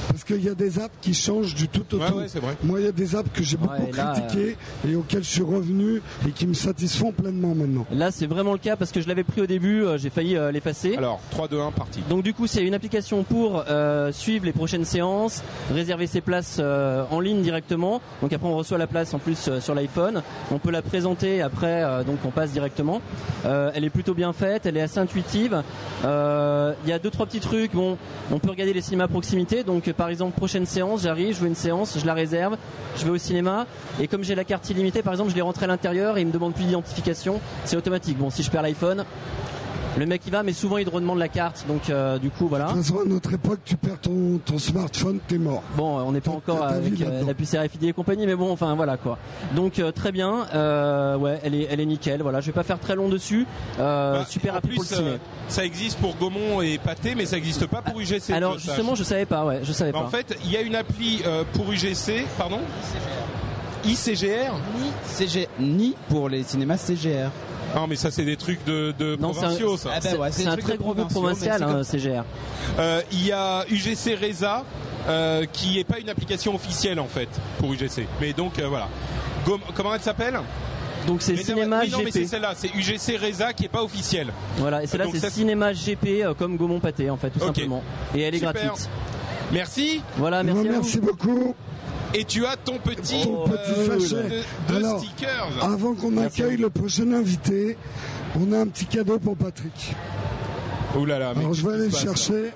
parce qu'il y a des apps qui changent du tout au Ouais, tout. ouais, c'est vrai. Moi, il y a des apps que j'ai beaucoup et là, euh, critiquées et auxquelles je suis revenu et qui me satisfont pleinement maintenant. Là c'est vraiment le cas parce que je l'avais pris au début. euh, J'ai failli euh, l'effacer. Alors, 3, 2, 1, parti. Donc du coup, c'est une application pour euh, suivre les prochaines séances, réserver ses places euh, en ligne directement. Donc après, on reçoit la place en plus euh, sur l'iPhone. On peut la présenter après, euh, donc on passe directement. Euh, elle est plutôt bien faite, elle est assez intuitive. Euh, Il y a deux trois petits trucs. Bon, on peut regarder les cinémas à proximité. Donc euh, par exemple, prochaine séance, j'arrive, je veux une séance, je la réserve, je vais au cinéma. Et comme j'ai la carte illimitée, par exemple, je les rentre à l'intérieur et il me demande plus d'identification. C'est automatique. Bon, si je perds l'iPhone. Le mec il va, mais souvent il te redemande la carte, donc euh, du coup voilà. De toute façon, à notre époque, tu perds ton, ton smartphone, t'es mort. Bon, euh, on n'est pas T'as- encore t'as vu avec euh, là-dedans. la puce RFID et compagnie, mais bon, enfin voilà quoi. Donc euh, très bien, euh, ouais, elle est, elle est nickel. Voilà, je vais pas faire très long dessus. Euh, Bah, super en rapide plus, pour le ciné. euh, ça existe pour Gaumont et Pâté, mais ça n'existe pas pour UGC. Alors que je sache. justement, je savais pas, ouais, je savais En pas. fait, il y a une appli euh, pour UGC, pardon ICGR Ni, CG, ni pour les cinémas CGR. Non, mais ça, c'est des trucs de, de Non, c'est un- provinciaux, ça. Ah bah C'est ouais, c'est des un trucs très de gros groupe provinciaux, provincial, mais hein, c'est CGR. Euh, Il y a UGC Reza, euh, qui n'est pas une application officielle, en fait, pour UGC. Mais donc, euh, voilà. Gaum- Comment elle s'appelle Donc c'est Mais non, cinéma oui, non, mais c'est GP. celle-là. C'est UGC Reza qui n'est pas officielle. Voilà, et c'est là Donc ça, c'est c'est- cinéma GP euh, comme Gaumont Pâté en fait, tout Ok. simplement. Et elle est Super. gratuite. Merci. Voilà, merci. Moi, à vous. merci Oh, beaucoup. Et tu as ton petit, Ton petit sachet. de, de Alors, euh, stickers. Avant qu'on accueille le prochain invité, on a un petit cadeau pour Patrick. Ouh là là, mais Alors, je vais qu'est-ce aller le qui se passe, là chercher.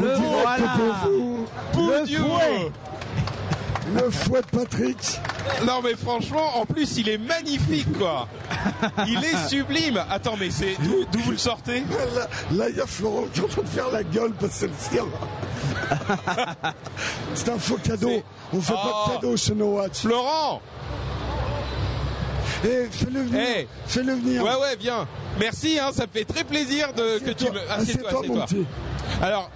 Le pour vous, Bon Dieu le fouet de Patrick. Non mais franchement, en plus il est magnifique quoi. Il est sublime. Attends mais c'est d'où d'où vous le sortez Là, là, il y a Florent qui est en train de faire la gueule parce que c'est le sien. c'est un faux cadeau. C'est- On fait pas Oh. de cadeau chez No Watch. Florent. Eh, fais-le venir. Eh. Fais-le venir. Ouais ouais viens. Merci hein, ça me fait très plaisir de que tu me. Ah, c'est Assieds-toi, toi, c'est mon toi. petit. Alors.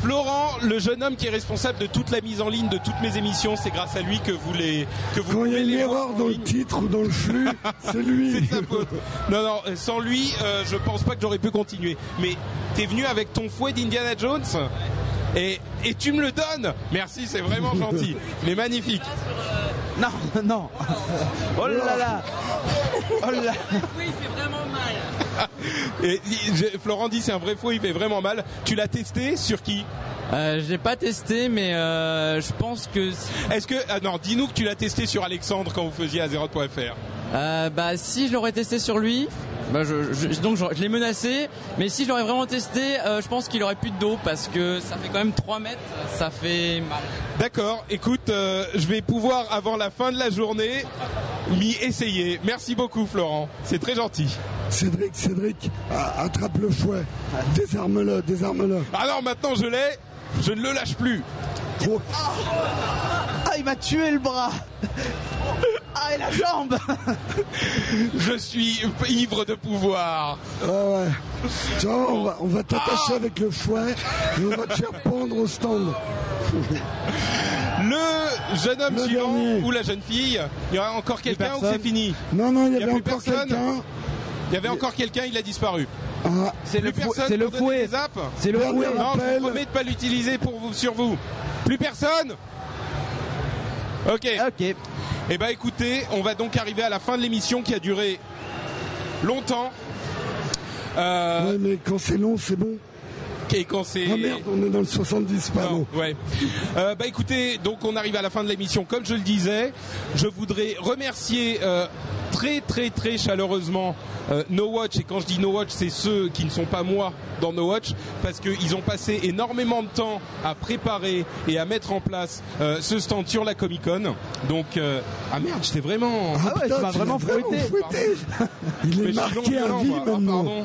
Florent, le jeune homme qui est responsable de toute la mise en ligne de toutes mes émissions, c'est grâce à lui que vous les que vous Quand il y a pouvez une les voir erreur en dans le ligne. titre ou dans le flux, c'est lui. C'est de sa faute. Non non, euh, sans lui, euh, je pense pas que j'aurais pu continuer. Mais t'es venu avec ton fouet d'Indiana Jones et et tu me le donnes Merci, c'est vraiment gentil. Il est magnifique. Non, non. Oh là là. Oh là. Oui, il fait vraiment mal. Et j'ai- Florent dit c'est un vrai faux, il fait vraiment mal. Tu l'as testé sur qui euh, J'ai pas testé, mais euh, je pense que. Est-ce que ah non, dis-nous que tu l'as testé sur Alexandre quand vous faisiez Azeroth.fr. Euh, bah si je l'aurais testé sur lui, bah, je, je- donc je, je l'ai menacé, mais si je l'aurais vraiment testé, euh, je pense qu'il aurait plus de dos parce que ça fait quand même 3 mètres, ça fait mal. D'accord, écoute, euh, je vais pouvoir avant la fin de la journée m'y essayer. Merci beaucoup Florent, c'est très gentil. Ah. Cédric, Cédric, a- attrape le fouet. Désarme-le, désarme-le. Alors maintenant je l'ai, je ne le lâche plus. Ah, il m'a tué le bras. Ah, et la jambe. Je suis ivre de pouvoir. Ah. Ah ouais. Tu vois, on va, on va t'attacher avec le fouet et on va te faire pendre au stand. Le jeune homme Le suivant dernier. ou la jeune fille, il y a encore quelqu'un ou personne. c'est fini Non, non, il y a avait plus encore personne quelqu'un. Il y avait encore quelqu'un, il a disparu. C'est Plus Ah, le fou- personne c'est le pour donner fouet. des zappes C'est le Dernier fouet. Non, je rappel. vous promets de pas l'utiliser pour vous, sur vous. Plus personne Ok. Ok. Eh ben écoutez, on va donc arriver à la fin de l'émission qui a duré longtemps. Ouais, mais quand c'est long, c'est bon. Et quand c'est... Ah merde, on est dans le 70, pardon. Ouais. Euh, bah écoutez, donc on arrive à la fin de l'émission. Comme je le disais, je voudrais remercier euh, très très très chaleureusement euh, No Watch. Et quand je dis No Watch, c'est ceux qui ne sont pas moi dans No Watch, parce qu'ils ont passé énormément de temps à préparer et à mettre en place euh, ce stand sur la Comic Con. Donc euh, ah merde, j'étais vraiment. Ah ouais, tu m'as vraiment fouetté. Il est Mais je suis marqué à non-violent, vie moi. Ah, maintenant. pardon.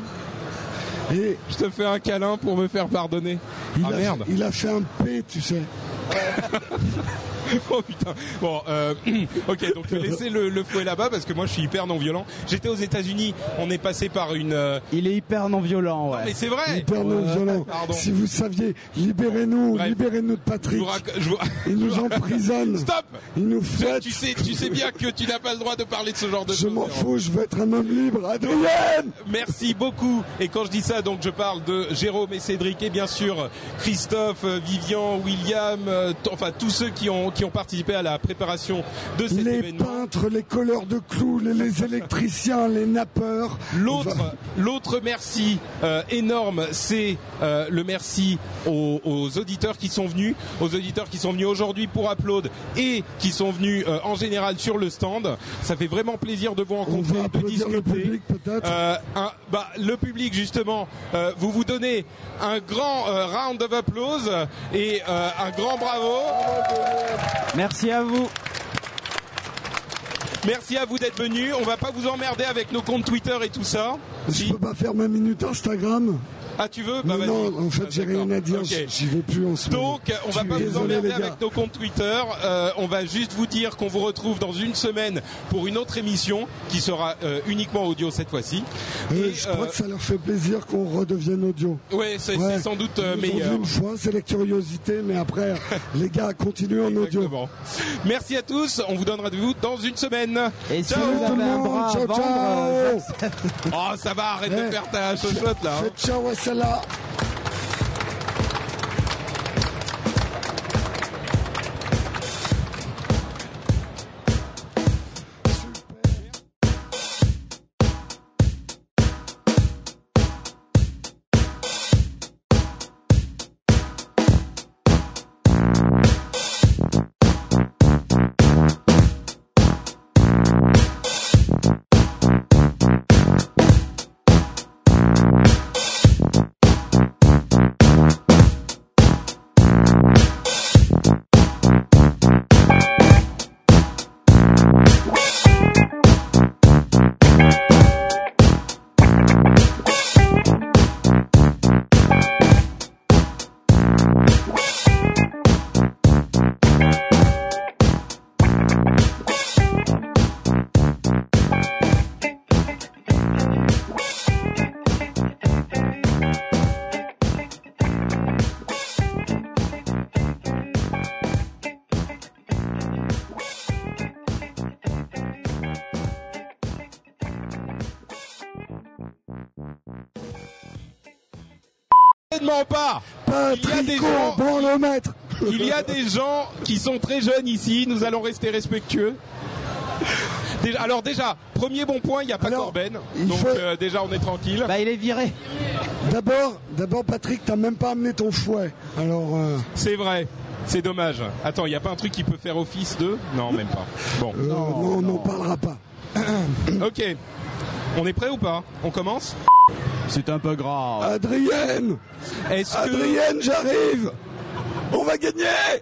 Et je te fais un câlin pour me faire pardonner. Il, ah a, merde. il a fait un P, tu sais. oh putain. Bon, euh, ok, donc je vais laisser le, le fouet là-bas parce que moi je suis hyper non violent. J'étais aux États-Unis, on est passé par une. euh, Il est hyper non violent, ouais. mais c'est vrai. Hyper non-violent. Pardon. Si vous saviez, libérez-nous, Bref. libérez-nous de Je Patrick. vous rac- je vous- Il nous emprisonne. Stop Il nous Je- fête. tu, sais, tu sais bien que tu n'as pas le droit de parler de ce genre de Je choses. m'en Laurent. fous, je veux être un homme libre. Adrien Merci beaucoup. Et quand je dis ça, donc je parle de Jérôme et Cédric et bien sûr Christophe, euh, Vivian, William, euh, t- enfin tous ceux qui ont qui ont participé à la préparation de cet Les événement. peintres, les colleurs de clous, les, les électriciens, les nappeurs. L'autre, l'autre merci euh, énorme, c'est euh, le merci aux, aux auditeurs qui sont venus, aux auditeurs qui sont venus aujourd'hui pour Upload et qui sont venus euh, en général sur le stand. Ça fait vraiment plaisir de vous rencontrer, de Applaudir le public peut-être. euh, un- bah, le public justement, euh, vous vous donnez un grand euh, round of applause et euh, un grand bravo. Merci à vous. Merci à vous d'être venus. On va pas vous emmerder avec nos comptes Twitter et tout ça. Je peux pas faire ma minute Instagram. Ah tu veux Mais vas-y. non, en fait, j'ai rien à dire. Ok. j- J'y vais plus en ce moment. Donc, on va Je suis pas vous désolé, emmerder les gars. avec nos comptes Twitter. Euh, on va juste vous dire qu'on vous retrouve dans une semaine pour une autre émission qui sera euh, uniquement audio cette fois-ci. Euh, je crois euh, que ça leur fait plaisir qu'on redevienne audio. Ouais, c'est- c'est sans doute, euh, Ils nous ont meilleur. dit Une fois, c'est la curiosité, mais après, les gars, continuez en audio. Exactement. Merci à tous. On vous donne rendez-vous dans une semaine. Et si ciao. vous avez un monde, bras à ciao, vendre, ciao. euh, j'accepte. Oh, ça va, arrête de Eh, faire ta chochotte là. hein. Faites ciao à celle-là. Ne demande pas. Pas pas un Il y a des tricot gens- en borlomètre. Il y a des gens qui sont très jeunes ici, nous allons rester respectueux. Déjà- alors déjà, premier bon point, il n'y a pas Corben, donc euh, déjà on est tranquille. Bah, il est viré. D'abord, d'abord Patrick, t'as même pas amené ton fouet. Alors, euh, C'est vrai, c'est dommage. Attends, il n'y a pas un truc qui peut faire office de Non, même pas. Bon. euh, non, on n'en parlera pas. ok, on est prêt ou pas On commence C'est un peu grave. Adrienne Est-ce que- Adrienne, j'arrive On va gagner